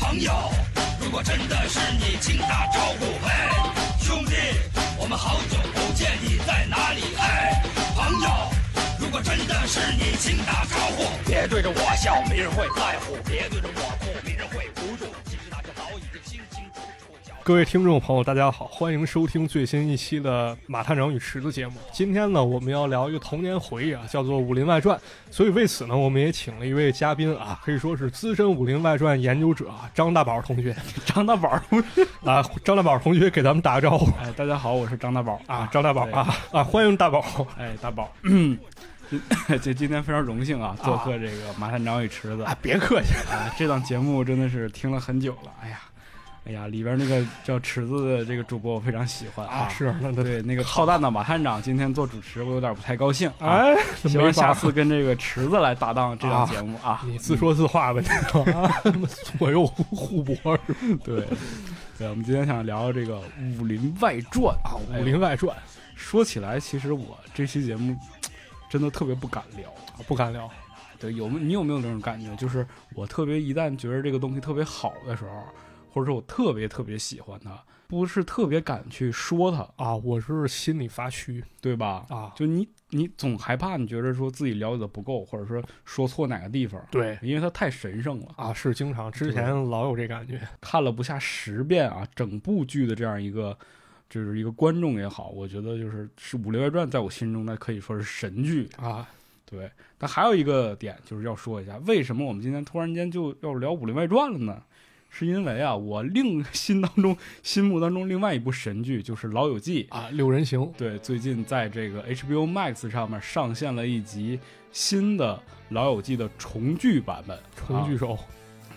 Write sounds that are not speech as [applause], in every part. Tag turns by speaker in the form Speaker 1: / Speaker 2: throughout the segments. Speaker 1: 朋友，如果真的是你，请打招呼。嘿，兄弟，我们好久不见，你在哪里？哎，朋友，如果真的是你，请打招呼。别对着我笑，没人会在乎；别对着我哭，没人会无助。其实大家早已经清清楚楚。
Speaker 2: 各位听众朋友，大家好，欢迎收听最新一期的《马探长与池子》节目。今天呢，我们要聊一个童年回忆啊，叫做《武林外传》。所以为此呢，我们也请了一位嘉宾啊，可以说是资深《武林外传》研究者啊，张大宝同学
Speaker 3: 张大宝，
Speaker 2: 啊， [laughs] 张大宝同学给咱们打个招呼
Speaker 3: 哎，大家好，我是张大宝
Speaker 2: 啊，张大宝啊啊，欢迎大宝。
Speaker 3: 哎，大宝， [coughs] 这今天非常荣幸啊，做客这个《马探长与池子》
Speaker 2: 啊，别客气，
Speaker 3: 啊，这档节目真的是听了很久了，哎呀，哎呀，里边那个叫池子的这个主播我非常喜欢啊，
Speaker 2: 是那那
Speaker 3: 对那个操蛋的马探长今天做主持，我有点不太高兴啊，
Speaker 2: 哎，
Speaker 3: 希
Speaker 2: 没
Speaker 3: 望
Speaker 2: 法
Speaker 3: 下次跟这个池子来搭档这档节目啊，
Speaker 2: 你自说自话吧，你啊，左右互搏是吧
Speaker 3: [laughs] 对。对，我们今天想聊这个《武林外传》啊，
Speaker 2: 《武林外传》
Speaker 3: 说起来，其实我这期节目真的特别不敢聊。
Speaker 2: 啊不敢聊，
Speaker 3: 对，有没你有没有这种感觉？就是我特别一旦觉得这个东西特别好的时候，或者说我特别特别喜欢它，不是特别敢去说它，
Speaker 2: 啊，我是心里发虚
Speaker 3: 对吧？
Speaker 2: 啊，
Speaker 3: 就你你总害怕，你觉得说自己了解的不够，或者说说错哪个地方，
Speaker 2: 对
Speaker 3: 因为它太神圣了，
Speaker 2: 啊，是经常之
Speaker 3: 对
Speaker 2: 前老有这感觉
Speaker 3: 看了不下十遍啊，整部剧的这样一个。就是一个观众也好，我觉得就是是《武林外传》在我心中那可以说是神剧，
Speaker 2: 啊，
Speaker 3: 对，但还有一个点就是要说一下，为什么我们今天突然间就要聊《武林外传》了呢？是因为啊，我另心当中、心目当中另外一部神剧就是《老友记》。
Speaker 2: 啊，六人行
Speaker 3: 对，最近在这个 HBO Max 上面上线了一集新的《老友记》的重聚版本。
Speaker 2: 重聚
Speaker 3: 啊、
Speaker 2: 手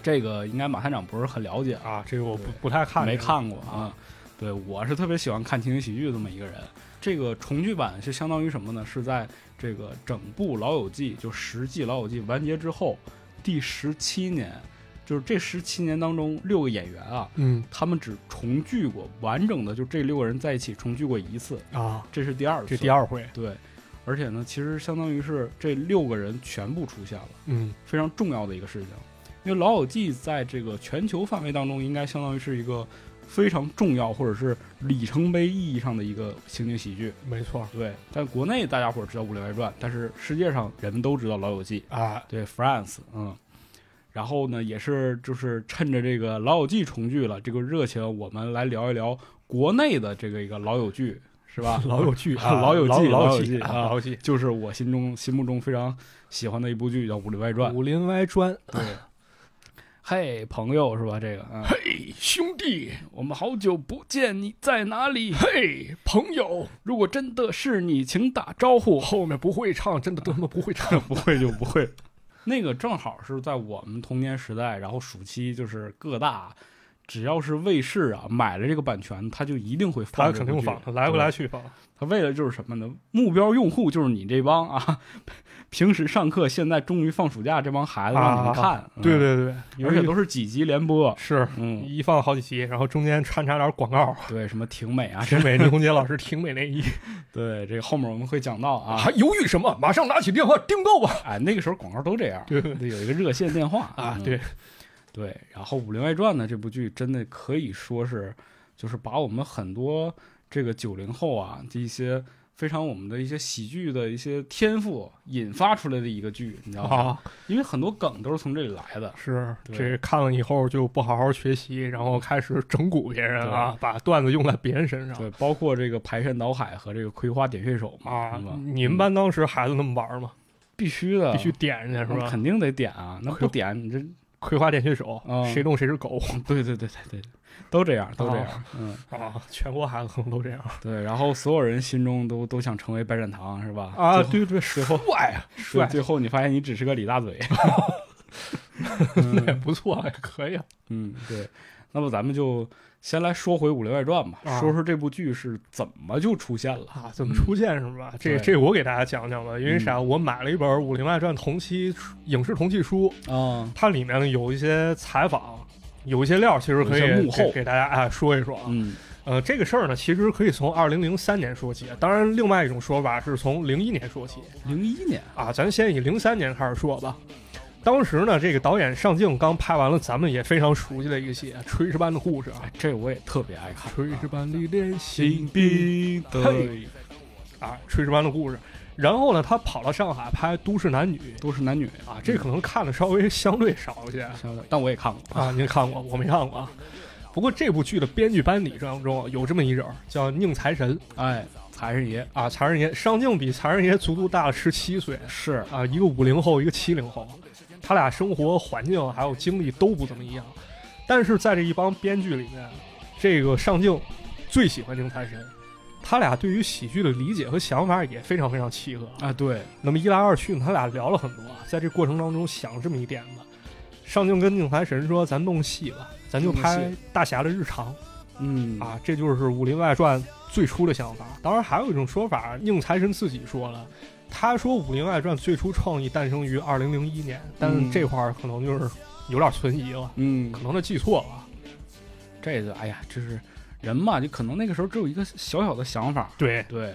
Speaker 3: 这个应该马探长不是很了解啊，
Speaker 2: 啊，这个我不
Speaker 3: 对
Speaker 2: 不太看，
Speaker 3: 没看过啊。对，我是特别喜欢看情景喜剧的这么一个人。这个重聚版是相当于什么呢？是在这个整部《老友记》就十季《老友记》完结之后，第十七年，就是这十七年当中六个演员啊，
Speaker 2: 嗯
Speaker 3: 他们只重聚过完整的，就这六个人在一起重聚过一次，
Speaker 2: 啊，
Speaker 3: 这是第二次。
Speaker 2: 这第二回，
Speaker 3: 对，而且呢，其实相当于是这六个人全部出现了。
Speaker 2: 嗯
Speaker 3: 非常重要的一个事情，因为《老友记》在这个全球范围当中，应该相当于是一个非常重要或者是里程碑意义上的一个情景喜剧。
Speaker 2: 没错
Speaker 3: 对，但国内大家伙儿知道《武林外传》，但是世界上人们都知道《老友记》。
Speaker 2: 啊，？
Speaker 3: 对，Friends，嗯。然后呢，也是就是趁着这个《老友记》重聚了这个热情，我们来聊一聊国内的这个一个老友剧，是吧
Speaker 2: [laughs] 老
Speaker 3: [laughs]
Speaker 2: 有剧啊，
Speaker 3: 老友记
Speaker 2: 老
Speaker 3: 老
Speaker 2: 有
Speaker 3: 友
Speaker 2: 记
Speaker 3: 记
Speaker 2: 啊，
Speaker 3: 啊
Speaker 2: 老有记，
Speaker 3: 就是我心中心目中非常喜欢的一部剧，叫《武林外传》。
Speaker 2: 《武林外传》
Speaker 3: 对，嘿，朋友是吧？这个，嗯、
Speaker 2: 嘿，兄弟，
Speaker 3: 我们好久不见，你在哪里？
Speaker 2: 嘿，朋友，
Speaker 3: 如果真的是你，请打招呼。
Speaker 2: 后面不会唱，真的都他妈不会唱
Speaker 3: [laughs] 不会就不会。那个正好是在我们童年时代，然后暑期就是各大，只要是卫视啊买了这个版权，他就一定会放
Speaker 2: 他
Speaker 3: 这
Speaker 2: 肯
Speaker 3: 部剧，
Speaker 2: 定放，来不来去
Speaker 3: 对？
Speaker 2: 放
Speaker 3: 他为了就是什么呢？目标用户就是你这帮啊， [laughs] 平时上课，现在终于放暑假，这帮孩子让你
Speaker 2: 啊
Speaker 3: 们看，嗯
Speaker 2: 对，对对，
Speaker 3: 而且都是几集连播，
Speaker 2: 是
Speaker 3: 嗯，
Speaker 2: 一放好几集，然后中间穿插点广告，
Speaker 3: 对，什么婷美
Speaker 2: [laughs]
Speaker 3: 啊，这
Speaker 2: 挺美倪虹洁老师挺美内衣
Speaker 3: 对，这个后面我们会讲到啊。
Speaker 2: 犹豫什么？马上拿起电话订购吧！
Speaker 3: [laughs] 哎，那个时候广告都这样，
Speaker 2: 对
Speaker 3: 有一个热线电话
Speaker 2: 啊，
Speaker 3: 嗯
Speaker 2: 对，
Speaker 3: 对。然后《武林外传》呢，这部剧真的可以说是，就是把我们很多这个九零后啊这一些非常我们的一些喜剧的一些天赋引发出来的一个剧，你知道吗？
Speaker 2: 啊，
Speaker 3: 因为很多梗都是从这里来的。
Speaker 2: 是
Speaker 3: 对
Speaker 2: 这看了以后就不好好学习，然后开始整蛊别人啊，把段子用在别人身上
Speaker 3: 对，包括这个排山倒海和这个葵花点穴手嘛，
Speaker 2: 啊
Speaker 3: 是吧。嗯
Speaker 2: 你们班当时孩子那么玩吗？
Speaker 3: 必须的，
Speaker 2: 必须点人家是
Speaker 3: 那
Speaker 2: 吧？哎
Speaker 3: 肯定得点啊，那不点你这
Speaker 2: 葵花点穴手
Speaker 3: 啊，
Speaker 2: 谁动谁是狗
Speaker 3: 对对对对对，都这样，都这样，嗯，
Speaker 2: 啊！全国孩子可能都这样
Speaker 3: 对。然后所有人心中都都想成为白展堂，是吧？
Speaker 2: 啊！
Speaker 3: 最后
Speaker 2: 对对，帅啊，
Speaker 3: 对
Speaker 2: 帅
Speaker 3: 最后你发现你只是个李大嘴。
Speaker 2: 也
Speaker 3: 嗯
Speaker 2: 不错，也可以啊
Speaker 3: [laughs] 嗯，对。那么咱们就先来说回《武林外传》吧，
Speaker 2: 啊
Speaker 3: 说说这部剧是怎么就出现了。
Speaker 2: 啊！怎么出现是吧？这
Speaker 3: 嗯对嗯
Speaker 2: 这我给大家讲讲吧，因为啥？我买了一本《武林外传》同期书影视同期书，
Speaker 3: 啊，
Speaker 2: 它里面呢有一些采访，有一些料，其实可
Speaker 3: 有一
Speaker 2: 以
Speaker 3: 些幕
Speaker 2: 给
Speaker 3: 后
Speaker 2: 给大家啊说一说啊。
Speaker 3: 嗯，
Speaker 2: 呃，这个事儿呢，其实可以从二零零三年说起，当然另外一种说法是从零一年说起
Speaker 3: 零一年
Speaker 2: 啊。咱先以零三年开始说吧。当时呢，这个导演尚敬刚拍完了咱们也非常熟悉的一个戏《炊事班的故事》啊，
Speaker 3: 哎，这我也特别爱看。
Speaker 2: 炊事班里练
Speaker 3: 新
Speaker 2: 新兵
Speaker 3: 兵的
Speaker 2: 嘿啊，炊事班的故事。然后呢，他跑到上海拍《都市男女
Speaker 3: 都市男女》
Speaker 2: 啊，这可能看的稍微相对少一些
Speaker 3: 晓得，但我也看过。
Speaker 2: 啊。您看过，我没看过啊。不过这部剧的编剧班底当中有这么一人儿叫宁财神
Speaker 3: 哎，财神爷
Speaker 2: 啊，财神爷上镜比财神爷足足大了十七岁
Speaker 3: 是
Speaker 2: 啊，一个五零后，一个七零后，他俩生活环境还有经历都不怎么一样，但是在这一帮编剧里面，这个上镜最喜欢宁财神，他俩对于喜剧的理解和想法也非常非常契合。
Speaker 3: 啊，对，
Speaker 2: 那么一来二去呢，他俩聊了很多，啊在这过程当中想这么一点子，上镜跟宁财神说：“咱弄戏吧，咱就
Speaker 3: 弄
Speaker 2: 拍
Speaker 3: 戏
Speaker 2: 大侠的日常
Speaker 3: 嗯
Speaker 2: 啊。”这就是《武林外传》最初的想法。当然，还有一种说法，宁财神自己说了。他说，《武林外传》最初创意诞生于二零零一年，但是
Speaker 3: 嗯
Speaker 2: 这块儿可能就是有点存疑了，
Speaker 3: 嗯
Speaker 2: 可，能他记错了。啊
Speaker 3: 这个哎呀，就是人嘛，就可能那个时候只有一个小小的想法。
Speaker 2: 对，
Speaker 3: 对，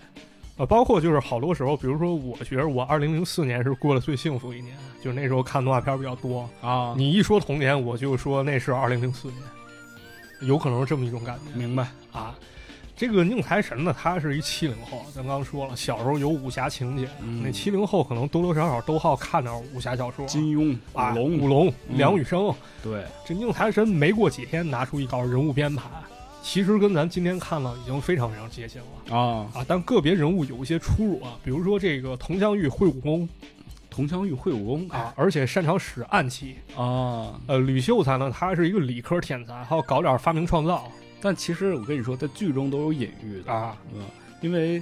Speaker 2: 呃，包括就是好多时候，比如说，我觉得我二零零四年是过得最幸福一年，就是那时候看动画片儿比较多，
Speaker 3: 啊，
Speaker 2: 你一说童年，我就说那是二零零四年，有可能是这么一种感
Speaker 3: 明白？
Speaker 2: 觉啊。这个宁财神呢，他是一七零后，咱刚说了，小时候有武侠情节，
Speaker 3: 嗯
Speaker 2: 那七零后可能多多少少都好看点武侠小说，
Speaker 3: 金庸、
Speaker 2: 啊、
Speaker 3: 古龙，
Speaker 2: 古龙、
Speaker 3: 嗯
Speaker 2: 梁羽生。
Speaker 3: 对，
Speaker 2: 这宁财神没过几天拿出一稿人物编排，其实跟咱今天看到已经非常非常接近了。
Speaker 3: 啊，
Speaker 2: 啊，但个别人物有一些出入啊，比如说这个佟湘玉会武功
Speaker 3: 佟湘玉会武功
Speaker 2: 啊，而且擅长使暗器，
Speaker 3: 啊，
Speaker 2: 呃，吕秀才呢，他是一个理科天才，还要搞点发明创造
Speaker 3: 但其实我跟你说，在剧中都有隐喻的，
Speaker 2: 啊，
Speaker 3: 嗯，因为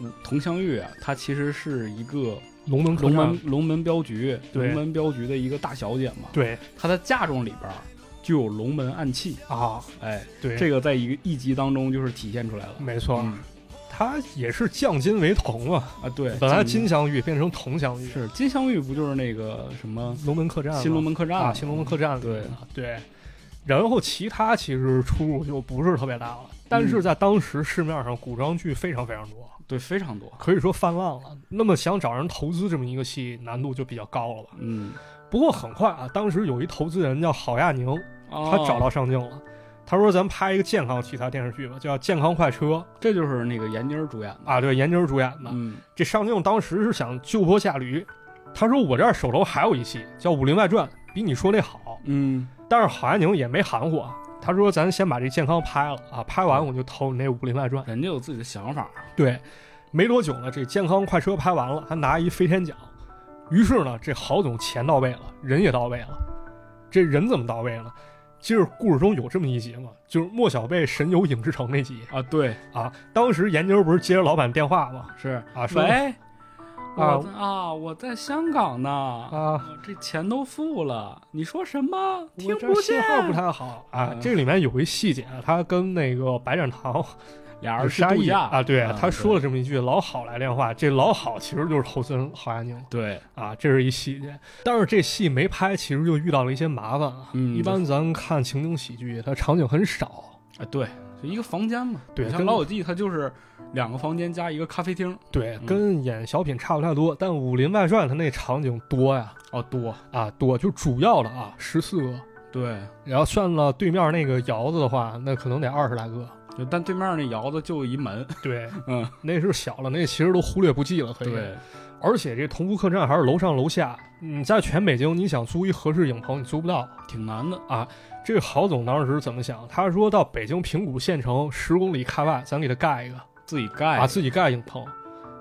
Speaker 3: 嗯佟湘玉啊，她其实是一个
Speaker 2: 龙门客
Speaker 3: 龙
Speaker 2: 栈
Speaker 3: 门龙门镖局
Speaker 2: 对
Speaker 3: 龙门镖局的一个大小姐嘛，
Speaker 2: 对
Speaker 3: 她的嫁妆里边儿就有龙门暗器，
Speaker 2: 啊，
Speaker 3: 哎，
Speaker 2: 对，
Speaker 3: 这个在一个一集当中就是体现出来了。
Speaker 2: 没错，
Speaker 3: 嗯
Speaker 2: 他也是降金为铜啊，
Speaker 3: 啊，对，
Speaker 2: 本来
Speaker 3: 金
Speaker 2: 金镶玉变成铜镶玉，
Speaker 3: 是金镶玉不就是那个什么
Speaker 2: 龙门客栈嘛，
Speaker 3: 新龙门客栈
Speaker 2: 啊，
Speaker 3: 吗
Speaker 2: 新龙门客栈
Speaker 3: 对
Speaker 2: 对，然后其他其实出入就不是特别大了，但是
Speaker 3: 嗯
Speaker 2: 在当时市面上古装剧非常非常多，
Speaker 3: 对非常多，
Speaker 2: 可以说泛滥了。那么想找人投资这么一个戏，难度就比较高了吧？
Speaker 3: 嗯，
Speaker 2: 不过很快啊，当时有一投资人叫郝亚宁。
Speaker 3: 他
Speaker 2: 他找到上镜了。他说：“咱们拍一个健康题材电视剧吧，叫《健康快车
Speaker 3: 这就是那个闫妮儿主演》的，
Speaker 2: 啊，对，闫妮儿主演的。
Speaker 3: 嗯
Speaker 2: 这上镜当时是想救坡下驴，他说：“我这儿手头还有一戏叫《武林外传》，比你说那好。
Speaker 3: 嗯”
Speaker 2: 但是郝亚宁也没含糊，啊，他说：“咱先把这健康拍了啊，拍完我就投你那《武林外传》。
Speaker 3: 人家有自己的想法，”
Speaker 2: 对，没多久呢，这健康快车拍完了，还拿一飞天奖。于是呢，这郝总钱到位了，人也到位了。这人怎么到位了？就是故事中有这么一集嘛，就是莫小贝神游影视城那集
Speaker 3: 啊，对，
Speaker 2: 啊。当时闫妮儿不是接着老板电话嘛，
Speaker 3: 是，
Speaker 2: 啊说
Speaker 3: 喂，
Speaker 2: 啊
Speaker 3: 我在啊，我在香港呢，
Speaker 2: 啊，
Speaker 3: 我这钱都付了，你说什么？
Speaker 2: 我
Speaker 3: 听
Speaker 2: 这
Speaker 3: 不
Speaker 2: 信
Speaker 3: 见，
Speaker 2: 号不太好啊。
Speaker 3: 嗯
Speaker 2: 这里面有一细节，啊他跟那个白展堂
Speaker 3: 俩
Speaker 2: 有
Speaker 3: 人去
Speaker 2: 沙
Speaker 3: 度
Speaker 2: 溢
Speaker 3: 假嗯
Speaker 2: 啊，对，他说
Speaker 3: 了，
Speaker 2: 了这么一句老郝来电话，这老郝其实就是投资人郝亚宁。
Speaker 3: 对，
Speaker 2: 啊，这是一细节。但是这戏没拍，其实就遇到了一些麻烦啊。
Speaker 3: 嗯
Speaker 2: 一般咱看情景喜剧，它场景很少。
Speaker 3: 啊，对，就一个房间嘛，
Speaker 2: 对
Speaker 3: 你
Speaker 2: 跟
Speaker 3: 像老友记，它就是两个房间加一个咖啡厅，
Speaker 2: 对，
Speaker 3: 嗯
Speaker 2: 跟演小品差不太多，但《武林外传》它那场景多呀，
Speaker 3: 哦，多，
Speaker 2: 啊多，就主要的啊十四个，
Speaker 3: 对，
Speaker 2: 然后算了对面那个窑子的话，那可能得二十来个。
Speaker 3: 就但对面那窑子就一门，
Speaker 2: 对，
Speaker 3: 嗯，
Speaker 2: 那是小了，那其实都忽略不计了，可以。
Speaker 3: 对，
Speaker 2: 而且这同福客栈还是楼上楼下，你在全北京你想租一合适影棚，你租不到。
Speaker 3: 挺难的，
Speaker 2: 这个郝总当时怎么想？他说到北京平谷县城十公里开外，咱给他盖一个，
Speaker 3: 自己盖
Speaker 2: 把
Speaker 3: 的，
Speaker 2: 自己盖影棚。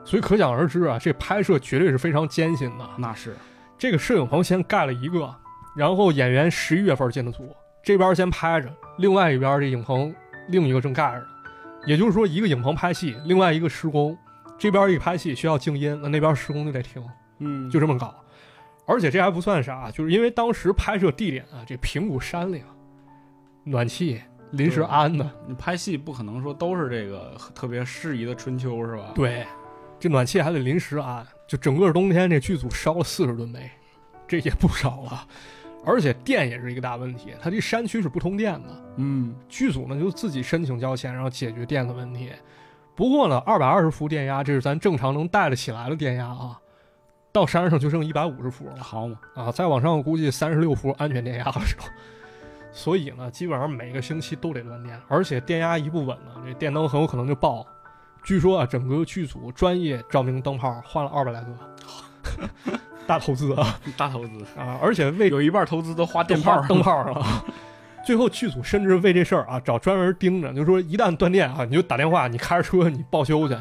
Speaker 2: 所以可想而知啊，这拍摄绝对是非常艰辛的。
Speaker 3: 那是，
Speaker 2: 这个摄影棚先盖了一个，然后演员十一月份进的组，这边先拍着，另外一边这影棚另一个正盖着呢。也就是说，一个影棚拍戏，另外一个施工。这边一拍戏需要静音，那那边施工就得停。
Speaker 3: 嗯，
Speaker 2: 就这么搞。而且这还不算啥，就是因为当时拍摄地点啊，这平谷山里啊，暖气临时安的，
Speaker 3: 你拍戏不可能说都是这个特别适宜的春秋是吧？，
Speaker 2: 对，这暖气还得临时安，就整个冬天这剧组烧了四十吨煤，这也不少啊。而且电也是一个大问题，它这山区是不通电的，
Speaker 3: 嗯，
Speaker 2: 剧组呢就自己申请交钱，然后解决电的问题。不过呢，二百二十伏电压这是咱正常能带得起来的电压啊，到山上就剩一百五十伏了
Speaker 3: 好嘛，
Speaker 2: 啊，再往上我估计三十六伏安全电压了就。所以呢，基本上每个星期都得断电，而且电压一不稳呢，这电灯很有可能就爆了。据说啊，整个剧组专业照明灯泡换了二百来个，
Speaker 3: [laughs]
Speaker 2: 大投资啊
Speaker 3: 大投资，
Speaker 2: 啊！而且为
Speaker 3: [laughs] 有一半投资都花电
Speaker 2: 灯泡
Speaker 3: 炮上
Speaker 2: 灯
Speaker 3: 了。
Speaker 2: 泡啊。 [laughs] 最后剧组甚至为这事儿啊找专门盯着，就说一旦断电啊，你就打电话，你开着车你报修去。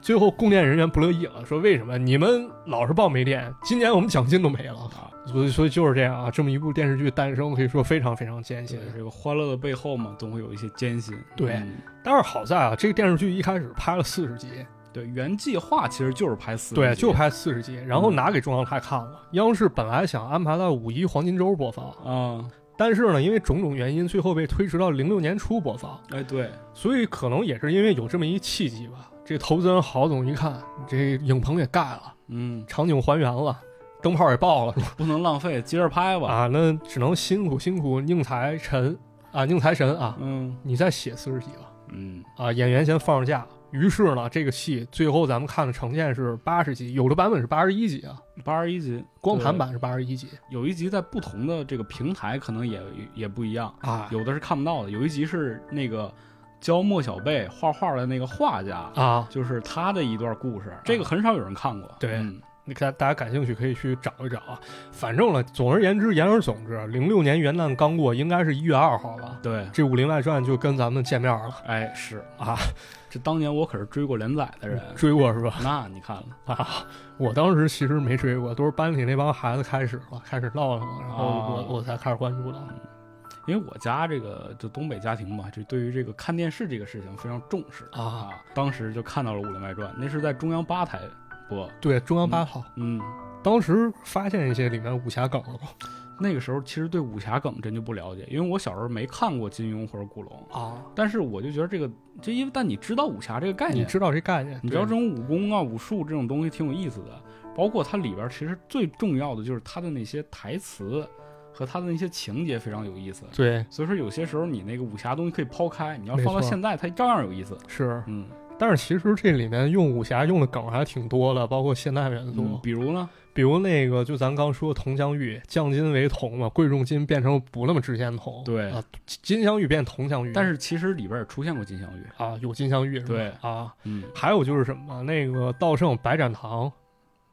Speaker 2: 最后供电人员不乐意了，说为什么你们老是报没电，今年我们奖金都没了
Speaker 3: 啊。
Speaker 2: 所以所以就是这样啊，这么一部电视剧诞生可以说非常非常艰
Speaker 3: 对
Speaker 2: 辛。
Speaker 3: 这个欢乐的背后嘛，总会有一些艰辛。
Speaker 2: 对
Speaker 3: 嗯
Speaker 2: 但是好在啊，这个电视剧一开始拍了四十集，
Speaker 3: 对，原计划其实就是拍四，
Speaker 2: 对，就拍四十集，然后拿给中央台看了。央视本来想安排在五一黄金周播放，
Speaker 3: 啊，
Speaker 2: 但是呢，因为种种原因，最后被推迟到零六年初播放。
Speaker 3: 哎，对，
Speaker 2: 所以可能也是因为有这么一契机吧。这投资人郝总一看，这影棚也盖了，
Speaker 3: 嗯，
Speaker 2: 场景还原了，灯泡也爆了
Speaker 3: 不能浪费，接着拍吧。
Speaker 2: 啊，那只能辛苦辛苦宁财神啊，宁财神啊，
Speaker 3: 嗯
Speaker 2: 你再写四十集吧
Speaker 3: 嗯，
Speaker 2: 啊，演员先放着假。于是呢，这个戏最后咱们看的呈现是八十集，有的版本是八十一集啊，
Speaker 3: 八十一集
Speaker 2: 光盘
Speaker 3: 对
Speaker 2: 版是八十一集
Speaker 3: 有一集在不同的这个平台可能也也不一样，
Speaker 2: 啊
Speaker 3: 有的是看不到的。有一集是那个教莫小贝画画的那个画家，
Speaker 2: 啊，
Speaker 3: 就是他的一段故事，这个很少有人看过。
Speaker 2: 对
Speaker 3: 嗯
Speaker 2: 你看大家感兴趣可以去找一找啊。反正呢，总而言之，言而总之，啊零六年元旦刚过，应该是一月二号了。 [laughs]
Speaker 3: 对，
Speaker 2: 这《武林外传》就跟咱们见面了
Speaker 3: 哎，是
Speaker 2: 啊，
Speaker 3: 这当年我可是啊追过连载的人，
Speaker 2: 追过是吧？ [laughs]
Speaker 3: 那你看了
Speaker 2: 啊，我当时其实没追过，都是班里那帮孩子开始了，开始闹腾了，然后我、
Speaker 3: 啊
Speaker 2: 我才开始关注的。
Speaker 3: 因为我家这个就东北家庭嘛，就对于这个看电视这个事情非常重视
Speaker 2: 啊。
Speaker 3: 当时就看到了《武林外传》，那是在中央八台播。
Speaker 2: 对，中央八套，
Speaker 3: 嗯，
Speaker 2: 当时发现一些里面武侠梗了
Speaker 3: 那个时候其实对武侠梗真就不了解，因为我小时候没看过金庸或者古龙，
Speaker 2: 啊，
Speaker 3: 但是我就觉得这个，就因为但你知道武侠这个概
Speaker 2: 哎你
Speaker 3: 念，
Speaker 2: 知道这概念？
Speaker 3: 你知道这
Speaker 2: 对
Speaker 3: 种武功啊、武术这种东西挺有意思的，包括它里边其实最重要的就是它的那些台词和它的那些情节非常有意思。
Speaker 2: 对
Speaker 3: 所以说有些时候你那个武侠东西可以抛开，你要
Speaker 2: 没
Speaker 3: 放到
Speaker 2: 错
Speaker 3: 现在它照样有意思。
Speaker 2: 是，
Speaker 3: 嗯，
Speaker 2: 但是其实这里面用武侠用的梗还挺多的，包括现代元素，
Speaker 3: 嗯比如呢，
Speaker 2: 比如那个就咱刚说佟湘玉，降金为铜嘛，贵重金变成不那么值钱铜，
Speaker 3: 对
Speaker 2: 啊，金金镶玉变铜镶玉，
Speaker 3: 但是其实里边也出现过金镶玉。
Speaker 2: 啊有金镶玉是吧
Speaker 3: 对
Speaker 2: 啊，
Speaker 3: 嗯，
Speaker 2: 还有就是什么，那个道圣白展堂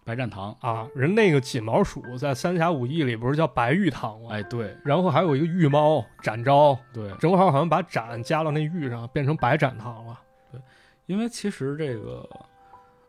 Speaker 3: 白展堂，
Speaker 2: 啊，人那个锦毛鼠在《三侠五义》里不是叫白玉堂吗？
Speaker 3: 哎，对
Speaker 2: 然后还有一个玉猫展昭，
Speaker 3: 对，
Speaker 2: 正好好像把展加到那玉上，变成白展堂了。
Speaker 3: 因为其实这个，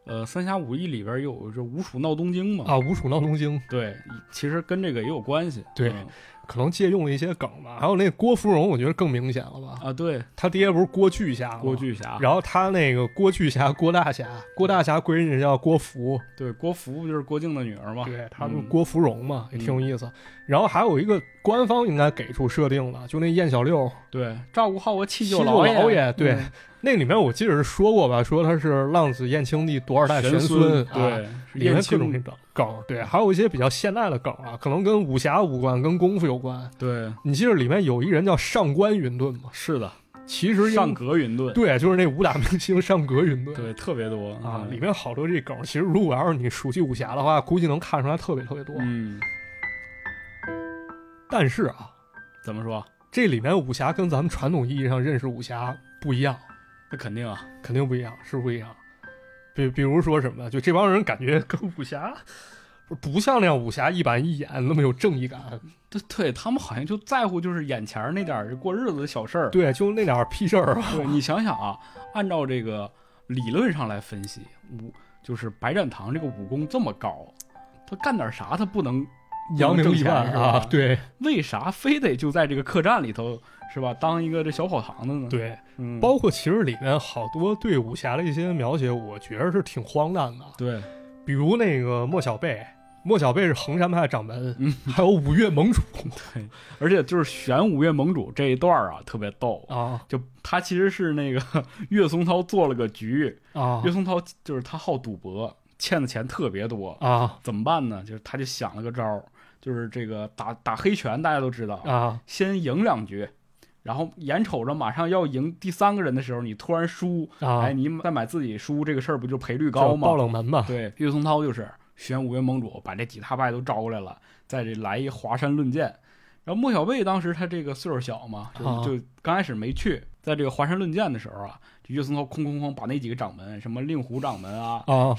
Speaker 3: 呃，《三侠五义》里边有这吴蜀闹东京嘛，
Speaker 2: 啊，吴蜀闹东京，
Speaker 3: 对，其实跟这个也有关系。
Speaker 2: 对
Speaker 3: 嗯
Speaker 2: 可能借用了一些梗吧。还有那郭芙蓉，我觉得更明显了吧？
Speaker 3: 啊，对，
Speaker 2: 他爹不是郭巨侠吗？嗯
Speaker 3: 郭。巨侠，
Speaker 2: 啊然后他那个郭巨侠、郭大侠，郭大侠闺女叫郭芙，
Speaker 3: 对，郭芙不就是郭靖的女儿嘛？
Speaker 2: 对，嗯他不是
Speaker 3: 嗯
Speaker 2: 郭芙蓉嘛，也挺有意思。然后还有一个官方应该给出设定了，就那燕小六，
Speaker 3: 对，照顾好我七
Speaker 2: 七舅
Speaker 3: 老
Speaker 2: 老爷
Speaker 3: 爷，
Speaker 2: 对
Speaker 3: 嗯
Speaker 2: 那里面我记得是说过吧，说他是浪子燕青帝多少代
Speaker 3: 玄
Speaker 2: 孙，啊，
Speaker 3: 对，是
Speaker 2: 里面
Speaker 3: 燕
Speaker 2: 各种
Speaker 3: 青
Speaker 2: 那，梗梗，对，还有一些比较现代的梗啊，可能跟武侠无关，跟功夫有关。
Speaker 3: 对，
Speaker 2: 你记得里面有一人叫上官云顿吗？
Speaker 3: 是的，
Speaker 2: 其实应
Speaker 3: 上格云顿，
Speaker 2: 对，就是那武打明星上格云顿。
Speaker 3: 对，特别多
Speaker 2: 啊，里
Speaker 3: 嗯
Speaker 2: 面好多这梗，其实如果要是你熟悉武侠的话，估计能看出来特别特别多。
Speaker 3: 嗯，
Speaker 2: 但是啊，
Speaker 3: 怎么说？
Speaker 2: 这里面武侠跟咱们传统意义上认识武侠不一样。
Speaker 3: 那肯定啊，
Speaker 2: 肯定不一样，是不一样。比比如说什么，就这帮人感觉跟武侠不不像那样武侠一板一眼那么有正义感，
Speaker 3: 对对，他们好像就在乎就是眼前儿那点儿过日子的小事儿。
Speaker 2: 对，就那点儿屁事儿啊
Speaker 3: 对，你想想啊，按照这个理论上来分析，武就是白展堂这个武功这么高，他干点啥他不能
Speaker 2: 扬名立万
Speaker 3: 是吧嗯
Speaker 2: 啊，对
Speaker 3: 为啥非得就在这个客栈里头是吧？当一个这小跑堂的呢？，
Speaker 2: 对。
Speaker 3: 嗯，
Speaker 2: 包括其实里面好多对武侠的一些描写，我觉得是挺荒诞的，
Speaker 3: 对
Speaker 2: 比如那个莫小贝。莫小贝是衡山派掌门，
Speaker 3: 嗯
Speaker 2: 还有五岳盟主
Speaker 3: 对，而且就是选五岳盟主这一段 [laughs] 儿啊，特别逗。
Speaker 2: 啊
Speaker 3: 就他其实是那个岳松涛做了个局，
Speaker 2: 啊
Speaker 3: 岳松涛就是他好赌博，欠的钱特别多，
Speaker 2: 啊
Speaker 3: 怎么办呢？就是他就想了个招儿，就是这个打打黑拳，大家都知道，
Speaker 2: 啊
Speaker 3: 先赢两局，然后眼瞅着马上要赢第三个人的时候，你突然输，
Speaker 2: 啊
Speaker 3: 哎，！你再买自己输这个事儿不就赔率
Speaker 2: 叫
Speaker 3: 哎高
Speaker 2: 爆
Speaker 3: 吗？
Speaker 2: 冷门吧？
Speaker 3: 对，岳松涛就是玄武元盟主把这几大派都招过来了，在这来一华山论剑。然后莫小贝当时他这个岁数小嘛，
Speaker 2: 啊
Speaker 3: 就就刚开始没去，在这个华山论剑的时候啊，就岳松涛哐哐哐把那几个掌门，什么令狐掌门啊，
Speaker 2: 啊，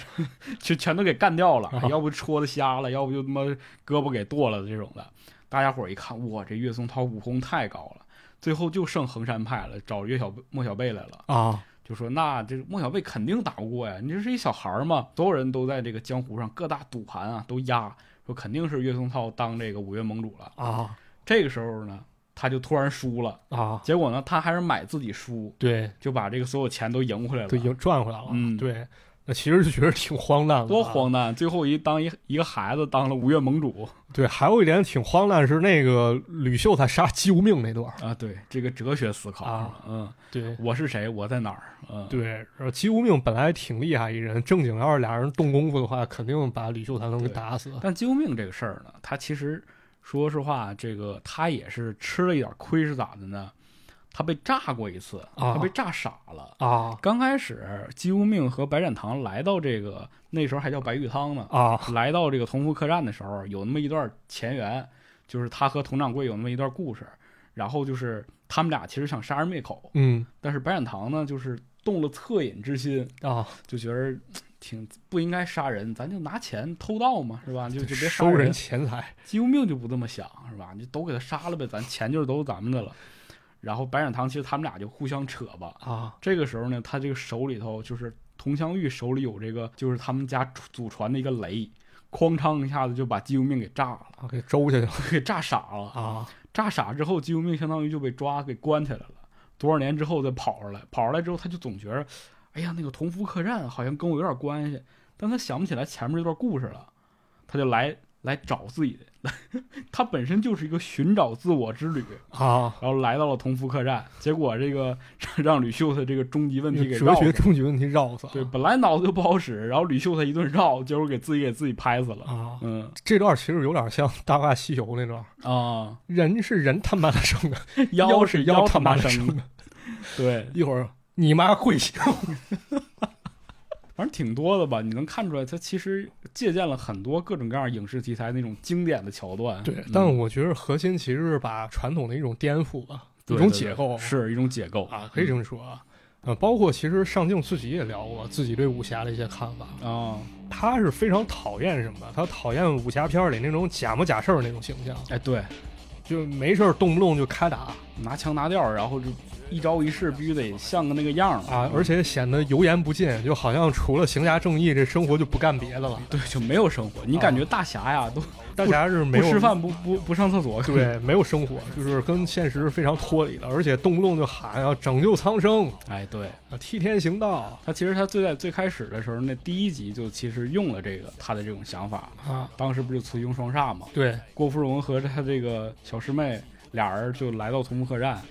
Speaker 3: 就全都给干掉了，
Speaker 2: 啊
Speaker 3: 要不戳的瞎了，要不就他妈胳膊给剁了这种的。大家伙儿一看，哇，这岳松涛武功太高了，最后就剩衡山派了，找岳小莫小贝来了，
Speaker 2: 啊，
Speaker 3: 就说那这莫小贝肯定打不过呀，你这是一小孩儿嘛，所有人都在这个江湖上各大赌盘啊都压，说肯定是岳松涛当这个五岳盟主了。
Speaker 2: 啊，
Speaker 3: 这个时候呢，他就突然输了，
Speaker 2: 啊，
Speaker 3: 结果呢，他还是买自己输，
Speaker 2: 对，
Speaker 3: 就把这个所有钱都赢回来了，
Speaker 2: 都已经赚回来了。
Speaker 3: 嗯
Speaker 2: 对，那其实就觉得挺荒诞的，啊
Speaker 3: 多！荒诞！最后一当一一个孩子当了五岳盟主。
Speaker 2: 对，还有一点挺荒诞是那个吕秀他杀姬无命那
Speaker 3: [laughs]
Speaker 2: 段儿。
Speaker 3: 啊，对，这个哲学思考，
Speaker 2: 啊
Speaker 3: 嗯，
Speaker 2: 对。
Speaker 3: 我是谁，我在哪儿，嗯，
Speaker 2: 对，然后姬无命本来挺厉害一人，正经要是俩人动功夫的话，肯定把吕秀才能给
Speaker 3: 对
Speaker 2: 打死。
Speaker 3: 但救命这个事儿呢，他其实说实话，这个他也是吃了一点亏，是咋的呢？他被炸过一次，
Speaker 2: 啊
Speaker 3: 他被炸傻了。
Speaker 2: 啊
Speaker 3: 刚开始，姬无命和白展堂来到这个那时候还叫白玉汤呢，
Speaker 2: 啊
Speaker 3: 来到这个同福客栈的时候，有那么一段前缘，就是他和佟掌柜有那么一段故事。然后就是他们俩其实想杀人灭口，
Speaker 2: 嗯
Speaker 3: 但是白展堂呢，就是动了恻隐之心，
Speaker 2: 啊，
Speaker 3: 就觉得挺不应该杀人，咱就拿钱偷盗嘛，是吧？就就别杀
Speaker 2: 收人。钱财
Speaker 3: 姬无命就不这么想，是吧？你都给他杀了呗，咱钱就是都是咱们的了。然后白展堂其实他们俩就互相扯吧。
Speaker 2: 啊
Speaker 3: 这个时候呢，他这个手里头就是佟湘玉手里有这个，就是他们家祖传的一个雷，哐当一下子就把姬无命给炸了， [laughs]
Speaker 2: 啊，给周下去了
Speaker 3: 给炸傻了。
Speaker 2: 啊
Speaker 3: 炸傻之后，姬无命相当于就被抓给关起来了。多少年之后再跑出来，跑出来之后他就总觉着，哎呀，那个同福客栈好像跟我有点关系，但他想不起来前面这段故事了，他就来来找自己的， [laughs] 他本身就是一个寻找自我之旅，
Speaker 2: 啊！
Speaker 3: 然后来到了同福客栈，结果这个让 [laughs] 吕秀才这个终极问题给
Speaker 2: 哲
Speaker 3: 绕
Speaker 2: 学
Speaker 3: 了。
Speaker 2: 终极问题绕死了
Speaker 3: 对，本来脑子就不好使，然后吕秀才一顿绕，结果给自己给自己拍死了。
Speaker 2: 啊，
Speaker 3: 嗯
Speaker 2: 这段其实有点像《大话西游》那段， [laughs]
Speaker 3: 啊，
Speaker 2: 人是人他妈的生的， [laughs]
Speaker 3: 妖
Speaker 2: 是
Speaker 3: 妖
Speaker 2: 他妈
Speaker 3: 的
Speaker 2: 的
Speaker 3: 生
Speaker 2: 生
Speaker 3: 的，
Speaker 2: 的。
Speaker 3: 对，
Speaker 2: 一会儿你妈跪
Speaker 3: [laughs]
Speaker 2: 下，
Speaker 3: 反正挺多的吧，你能看出来，它其实借鉴了很多各种各样影视题材那种经典的桥段。
Speaker 2: 对
Speaker 3: 嗯，
Speaker 2: 但我觉得核心其实是把传统的一种颠覆吧，一
Speaker 3: 对
Speaker 2: 种
Speaker 3: 对
Speaker 2: 解
Speaker 3: 对
Speaker 2: 构
Speaker 3: 是一种解构
Speaker 2: 啊，可以这么说啊。呃，包括其实上镜自己也聊过自己对武侠的一些看法，
Speaker 3: 啊！
Speaker 2: 他是非常讨厌什么？他讨厌武侠片儿里那种假模假式儿那种形象，
Speaker 3: 哎，对，
Speaker 2: 就没事儿动不动就开打
Speaker 3: 拿腔拿调，然后就一招一式必须得像个那个样儿
Speaker 2: 啊，而且显得油盐不进，就好像除了行侠正义，这生活就不干别的了。
Speaker 3: 对，就没有生活。你感觉大侠呀，都
Speaker 2: 大家是啊 [laughs] 没
Speaker 3: 不
Speaker 2: 有
Speaker 3: 吃饭，不不不上厕所，
Speaker 2: 对，没有生活，就是跟现实非常脱离了，而且动不动就喊要拯救苍生
Speaker 3: [laughs] 哎，对。
Speaker 2: 啊，替天行道
Speaker 3: 他其实他最在最开始的时候，那第一集就其实用了这个他的这种想法。
Speaker 2: 啊，
Speaker 3: 当时不是雌雄双煞嘛，
Speaker 2: 对
Speaker 3: 郭芙蓉和她这个小师妹俩人就来到同福客栈，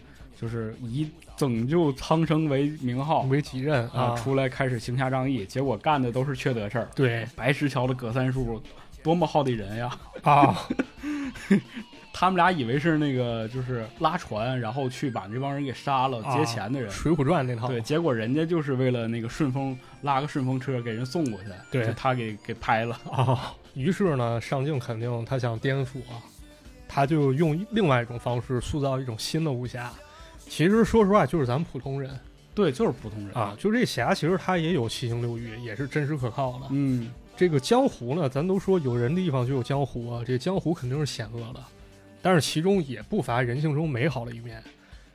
Speaker 3: 就是以拯救苍生为名号
Speaker 2: 为己任
Speaker 3: 啊，出来开始行侠仗义，结果干的都是缺德事儿。
Speaker 2: 对
Speaker 3: 白石桥的葛三叔多么好的人呀！
Speaker 2: 啊，
Speaker 3: 他们俩以为是那个就是拉船，然后去把这帮人给杀了
Speaker 2: 啊哦
Speaker 3: 劫钱的人。
Speaker 2: 《水浒传》那套
Speaker 3: 对，结果人家就是为了那个顺风拉个顺风车给人送过去，
Speaker 2: 对
Speaker 3: 就他给给拍了。
Speaker 2: 啊，于是呢，上镜肯定他想颠覆啊，他就用另外一种方式塑造一种新的武侠。其实说实话，就是咱们普通人
Speaker 3: 对，就是普通人
Speaker 2: 啊，。就这侠，其实他也有七情六欲，也是真实可靠的。
Speaker 3: 嗯，
Speaker 2: 这个江湖呢，咱都说有人的地方就有江湖啊，这江湖肯定是险恶的，但是其中也不乏人性中美好的一面。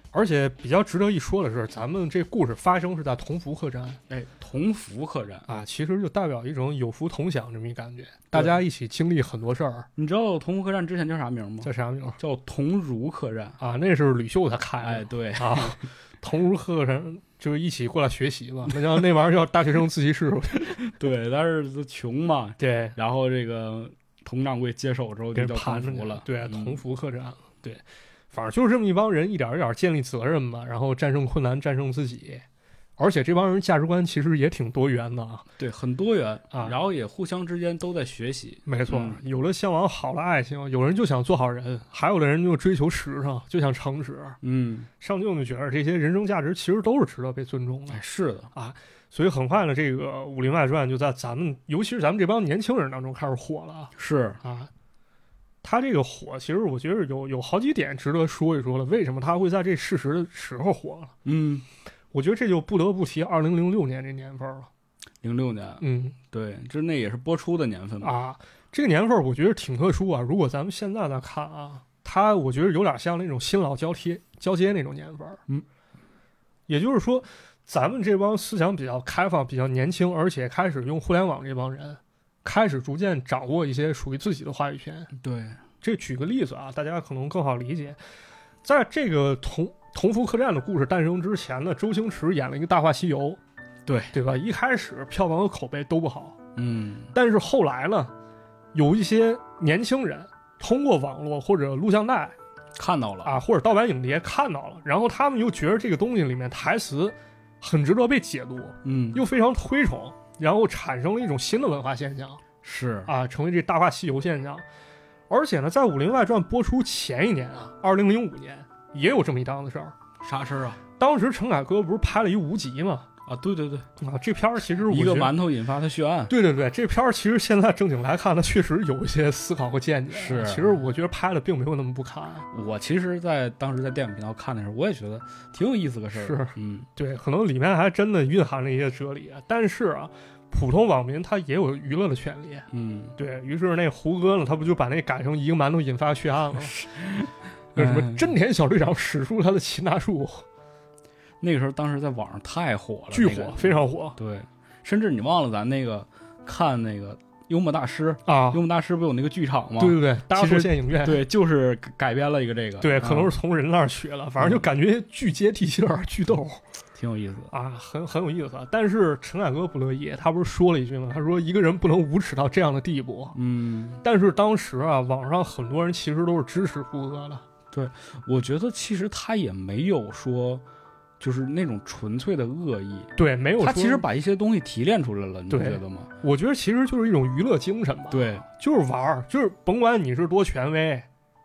Speaker 2: 而且比较值得一说的是，咱们这故事发生是在同福客栈
Speaker 3: 哎，同福客栈，
Speaker 2: 啊，其实就代表一种有福同享这么一感觉，大家一起经历很多事儿，
Speaker 3: 你知道同福客栈之前叫啥名吗？
Speaker 2: 叫啥名儿？
Speaker 3: 叫同如客栈。
Speaker 2: 啊，那是吕秀他开
Speaker 3: 哎，
Speaker 2: 的、
Speaker 3: 对，
Speaker 2: 啊，同如客人就是一起过来学习嘛，那叫那玩意儿叫大学生自习室，
Speaker 3: [laughs] 对，但是就穷嘛，
Speaker 2: 对，
Speaker 3: 然后这个佟掌柜接手之后
Speaker 2: 给
Speaker 3: 就
Speaker 2: 人
Speaker 3: 叫
Speaker 2: 盘
Speaker 3: 同
Speaker 2: 出
Speaker 3: 福
Speaker 2: 去
Speaker 3: 了，
Speaker 2: 对，
Speaker 3: 嗯
Speaker 2: 同福客栈，对，反正就是这么一帮人一点儿一点儿建立责任嘛，然后战胜困难，战胜自己，而且这帮人价值观其实也挺多元的啊，
Speaker 3: 对很多元
Speaker 2: 啊
Speaker 3: 然后也互相之间都在学习。
Speaker 2: 没错，
Speaker 3: 嗯
Speaker 2: 有的向往好的爱情，有人就想做好人，还有的人就追求时尚，就想诚实，
Speaker 3: 嗯，哎
Speaker 2: 上镜就觉得这些人生价值其实都是值得被尊重的
Speaker 3: 哎，。是的，
Speaker 2: 所以很快呢，这个《武林外传》就在咱们，尤其是咱们这帮年轻人当中开始火了啊
Speaker 3: 是
Speaker 2: 啊。他这个火，其实我觉得有有好几点值得说一说了。为什么他会在这适时的时候火了？
Speaker 3: 嗯，
Speaker 2: 我觉得这就不得不提二零零六年这年份了。
Speaker 3: 零六年，
Speaker 2: 嗯
Speaker 3: 对，这那也是播出的年份嘛。
Speaker 2: 啊，这个年份我觉得挺特殊啊。如果咱们现在再看啊，它我觉得有点像那种新老交替交接那种年份。
Speaker 3: 嗯，
Speaker 2: 也就是说，咱们这帮思想比较开放、比较年轻，而且开始用互联网这帮人，开始逐渐掌握一些属于自己的话语权。
Speaker 3: 对，
Speaker 2: 这举个例子啊，大家可能更好理解。在这个同同福客栈的故事诞生之前呢，周星驰演了一个《大话西游》，
Speaker 3: 对
Speaker 2: 对吧？一开始票房和口碑都不好，
Speaker 3: 嗯，
Speaker 2: 但是后来呢，有一些年轻人通过网络或者录像带
Speaker 3: 看到了，
Speaker 2: 啊，或者盗版影碟看到了，然后他们又觉得这个东西里面台词很值得被解读，
Speaker 3: 嗯，
Speaker 2: 又非常推崇，然后产生了一种新的文化现象
Speaker 3: 是，
Speaker 2: 啊，成为这《大话西游》现象。而且呢，在《武林外传》播出前一年啊，二零零五年也有这么一档子事儿。
Speaker 3: 啥事儿啊？
Speaker 2: 当时陈凯歌不是拍了一无极嘛？
Speaker 3: 啊，对对对，
Speaker 2: 啊，这片儿其实我
Speaker 3: 一
Speaker 2: 觉
Speaker 3: 个
Speaker 2: 得
Speaker 3: 馒头引发他血案，
Speaker 2: 对对对，这片儿其实现在正经来看，它确实有一些思考和见解。啊
Speaker 3: 是
Speaker 2: 其实我觉得拍的并没有那么不堪。
Speaker 3: 我其实在，当时在电影频道看的时候，我也觉得挺有意思个事儿。
Speaker 2: 是，
Speaker 3: 嗯，
Speaker 2: 对，可能里面还真的蕴含了一些哲理啊。但是啊，普通网民他也有娱乐的权利。
Speaker 3: 嗯，
Speaker 2: 对于是那胡歌呢，他不就把那改成一个馒头引发血案了吗？那什
Speaker 3: 哎
Speaker 2: 么真田小队长使出他的擒拿术，
Speaker 3: 那个时候当时在网上太火了，
Speaker 2: 巨
Speaker 3: 那
Speaker 2: 火，
Speaker 3: 个
Speaker 2: 非常火
Speaker 3: 对，甚至你忘了咱那个看那个幽默大师，
Speaker 2: 啊！
Speaker 3: 幽默大师不有那个剧场吗？
Speaker 2: 对对对，搭
Speaker 3: 其实
Speaker 2: 错县影院，
Speaker 3: 对，就是改改编了一个这个，
Speaker 2: 对，可能
Speaker 3: 啊
Speaker 2: 是从人那儿学了，反正
Speaker 3: 嗯
Speaker 2: 就感觉巨接地气儿，巨逗。
Speaker 3: 挺有意思的。
Speaker 2: [laughs] 啊，很很有意思。但是陈凯歌不乐意，他不是说了一句吗？他说一个人不能无耻到这样的地步。
Speaker 3: 嗯，
Speaker 2: 但是当时啊，网上很多人其实都是支持胡歌的。
Speaker 3: 我觉得其实他也没有说，就是那种纯粹的恶意，
Speaker 2: 对，没有
Speaker 3: 他
Speaker 2: 说
Speaker 3: 其实，把一些东西提炼出来了，你不
Speaker 2: 对
Speaker 3: 觉得吗？
Speaker 2: 我觉得其实就是一种娱乐精神吧。，
Speaker 3: 对，
Speaker 2: 就是玩儿，就是甭管你是多权威，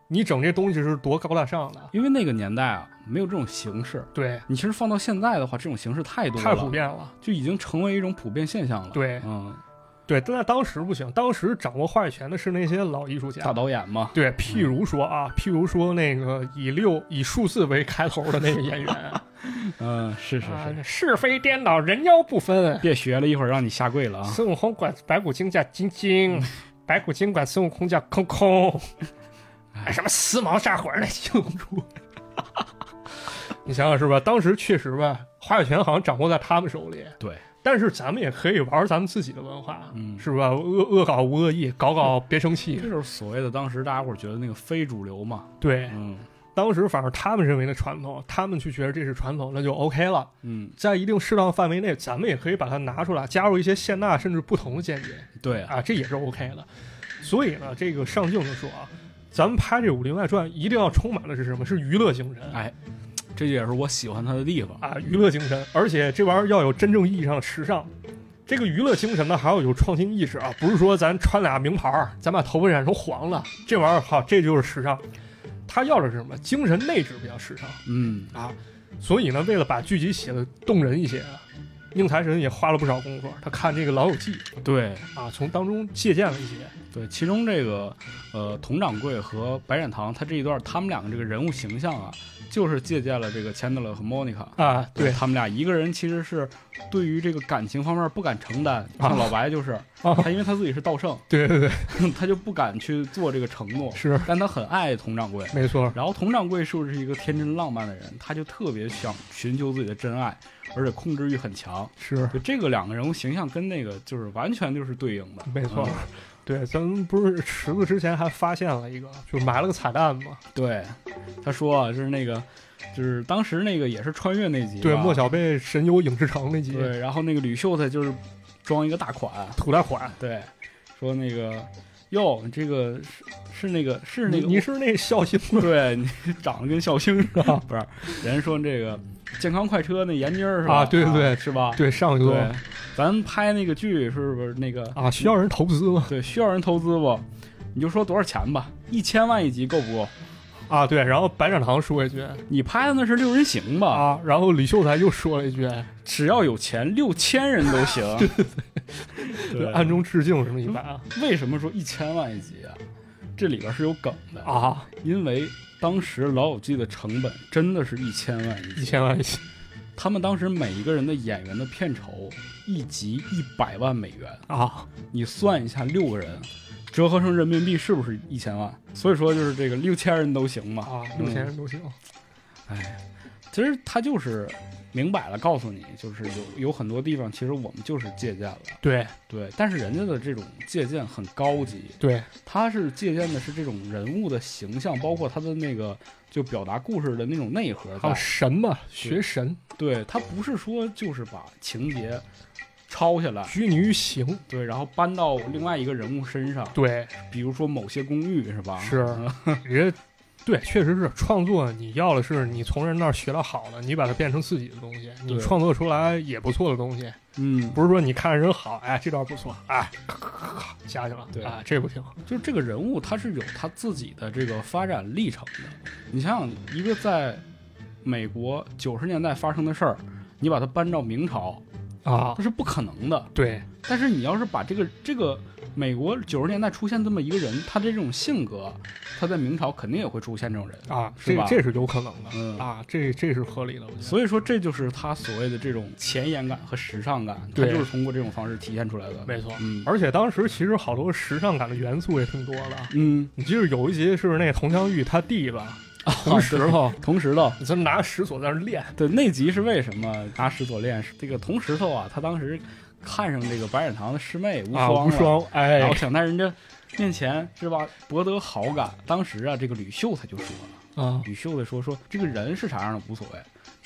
Speaker 2: 你整这东西是多高大上的，
Speaker 3: 因为那个年代啊，没有这种形式。
Speaker 2: 对，
Speaker 3: 你其实放到现在的话，这种形式太多了，
Speaker 2: 太普遍了。
Speaker 3: 就已经成为一种普遍现象了。，
Speaker 2: 对
Speaker 3: 嗯，
Speaker 2: 对，但在当时不行，当时掌握话语权的是那些老艺术
Speaker 3: 大
Speaker 2: 家。
Speaker 3: 导演嘛，
Speaker 2: 对，譬如说啊，譬如说那个以六以数字为开头的那个演员，
Speaker 3: 嗯，是是
Speaker 2: 啊
Speaker 3: 是，，
Speaker 2: 是非颠倒，人妖不分。
Speaker 3: 别学了，一会儿让你下跪了啊！
Speaker 2: 孙悟空管白骨精叫晶
Speaker 3: [laughs]
Speaker 2: 晶，白骨精管孙悟空叫空空。哎，什么丝毛炸魂的救主？ [laughs] 你想想是吧？当时确实吧，话语权好像掌握在他们手里。
Speaker 3: 对，
Speaker 2: 但是咱们也可以玩咱们自己的文化，
Speaker 3: 嗯
Speaker 2: 是吧？恶恶搞无恶意，搞搞别生
Speaker 3: 这
Speaker 2: 气。
Speaker 3: 就是所谓的当时大家伙儿觉得那个非主流嘛。
Speaker 2: 对，
Speaker 3: 嗯
Speaker 2: 当时反正他们认为的传统，他们去觉得这是传统，那就 OK 了。
Speaker 3: 嗯，
Speaker 2: 在一定适当范围内，咱们也可以把它拿出来，加入一些现代甚至不同的见解
Speaker 3: 对啊，
Speaker 2: 啊，这也是 OK 的。所以呢，这个上镜的说啊，咱们拍这《武林外传》一定要充满的是什么？是娱乐精神
Speaker 3: 哎，这也是我喜欢他的地方。
Speaker 2: 啊，娱乐精神，而且这玩意儿要有真正意义上的时尚。这个娱乐精神呢，还要有创新意识啊，不是说咱穿俩名牌儿，咱把头发染成黄了，这玩意儿好，这就是时尚。它要的是什么？精神内质比较时尚。
Speaker 3: 嗯，
Speaker 2: 啊，所以呢，为了把剧集写的动人一些，啊，宁财神也花了不少功夫。他看这个《老友记》
Speaker 3: 对
Speaker 2: 啊，从当中借鉴了一些。
Speaker 3: 对，其中这个呃，佟掌柜和白展堂他这一段，他们两个这个人物形象啊，就是借鉴了这个钱德勒和莫妮卡。
Speaker 2: 啊，对
Speaker 3: 他们俩，一个人其实是对于这个感情方面不敢承担，像老白就是，
Speaker 2: 啊
Speaker 3: 他因为他自己是道圣， [laughs]
Speaker 2: 对对对，
Speaker 3: 他就不敢去做这个承诺，
Speaker 2: 是啊
Speaker 3: 但他很爱佟掌柜。
Speaker 2: 没错，
Speaker 3: 然后佟掌柜是不是一个天真浪漫的人？他就特别想寻求自己的真爱，而且控制欲很强。
Speaker 2: 是
Speaker 3: 就这个两个人物形象跟那个就是完全就是对应的。
Speaker 2: 没错
Speaker 3: 嗯。
Speaker 2: 对，咱们不是池子之前还发现了一个，就是埋了个彩蛋嘛。
Speaker 3: 对，他说啊，就是那个，就是当时那个也是穿越那集吧，
Speaker 2: 对，莫小贝神游影视城那集
Speaker 3: 对，然后那个吕秀才就是装一个大款，
Speaker 2: 土大款，
Speaker 3: 对，说那个哟，你这个是是那个是那个哦
Speaker 2: 你你啊是那孝心吗？ [laughs]
Speaker 3: 对你长得跟笑星似的，不是？人说这个健康快车那闫妮儿是吧？
Speaker 2: 啊对对对
Speaker 3: 是吧？
Speaker 2: 对，上一
Speaker 3: 对
Speaker 2: 个
Speaker 3: 咱拍那个剧是不是那个
Speaker 2: 啊，需要人投资吗？
Speaker 3: 对需要人投资不？你就说多少钱吧，一千万一集够不够？
Speaker 2: 啊，对，然后白展堂说一句
Speaker 3: 你拍的那是六人行吧？
Speaker 2: 啊，然后李秀才又说了一句，
Speaker 3: 只要有钱，六千人都行。
Speaker 2: [laughs] 对，暗中致敬什么一般
Speaker 3: [laughs]
Speaker 2: 啊
Speaker 3: 为什么说一千万一集啊？这里边是有梗的，
Speaker 2: 啊，
Speaker 3: 因为当时《老友记》的成本真的是一千万一
Speaker 2: 一
Speaker 3: 集，
Speaker 2: 千万
Speaker 3: 他们当时每一个人的演员的片酬一集一百万美元，
Speaker 2: 啊，
Speaker 3: 你算一下六个人折合成人民币是不是一千万？所以说就是这个六千人都行嘛。
Speaker 2: 啊，
Speaker 3: 嗯
Speaker 2: 有钱人都行。
Speaker 3: 其实他就是明摆了告诉你，就是有有很多地方其实我们就是借鉴了，
Speaker 2: 对
Speaker 3: 对，但是人家的这种借鉴很高级，
Speaker 2: 对
Speaker 3: 他是借鉴的是这种人物的形象，包括他的那个就表达故事的那种内核
Speaker 2: 还有
Speaker 3: 在。
Speaker 2: 神嘛，学神，
Speaker 3: 啊对他不是说就是把情节抄下来，
Speaker 2: 拘泥于形。
Speaker 3: 对，然后搬到另外一个人物身上，
Speaker 2: 对，
Speaker 3: 比如说某些公寓是吧？
Speaker 2: 是
Speaker 3: 嗯
Speaker 2: 人家对，确实是创作，你要的是你从人那儿学到好的，你把它变成自己的东西，你
Speaker 3: 对
Speaker 2: 创作出来也不错的东西，
Speaker 3: 嗯，
Speaker 2: 不是说你看着人好，哎，这段不错，哎，咔咔咔咔下去了，
Speaker 3: 对
Speaker 2: 啊，这不行，
Speaker 3: 就这个人物他是有他自己的这个发展历程的。你想想，一个在美国九十年代发生的事儿，你把它搬到明朝，
Speaker 2: 啊
Speaker 3: 那，是不可能的。
Speaker 2: 对
Speaker 3: 但是你要是把这个这个美国九十年代出现这么一个人，他这种性格，他在明朝肯定也会出现这种人。
Speaker 2: 啊，
Speaker 3: 是
Speaker 2: 这
Speaker 3: 吧
Speaker 2: 这是有可能的、
Speaker 3: 嗯
Speaker 2: 啊，这这是合理的，我觉得。
Speaker 3: 所以说，这就是他所谓的这种前沿感和时尚感，他
Speaker 2: 对
Speaker 3: 就是通过这种方式体现出来的。
Speaker 2: 没错
Speaker 3: 嗯
Speaker 2: 而且当时其实好多时尚感的元素也挺多的。
Speaker 3: 嗯，
Speaker 2: 你记得有一集是那佟湘玉她弟吧，
Speaker 3: 同
Speaker 2: 红石头，
Speaker 3: 同石头，
Speaker 2: 你就拿石锁在那儿练
Speaker 3: 对那集是为什么拿石锁链？是这个铜石头啊，他当时看上这个白展堂的师妹无
Speaker 2: 啊，
Speaker 3: 双、
Speaker 2: 无，双，
Speaker 3: 然
Speaker 2: 哎
Speaker 3: 后想在人家面前是吧博得好感。当时啊，这个吕秀才就说了。
Speaker 2: 啊，
Speaker 3: 吕秀才说：“说这个人是啥样的无所谓，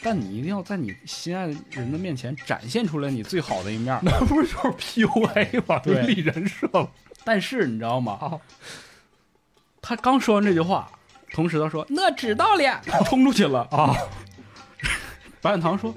Speaker 3: 但你一定要在你心爱的人的面前展现出来你最好的一面
Speaker 2: [laughs]
Speaker 3: 儿。
Speaker 2: 那不是就是 [laughs] PUA 吗？就
Speaker 3: 对
Speaker 2: 立人设吗？
Speaker 3: 但是你知道吗？
Speaker 2: 啊
Speaker 3: 他刚说完这句话，同时他说：‘那知道了。’ [laughs] 冲出去了。
Speaker 2: 啊，
Speaker 3: 白展堂说：‘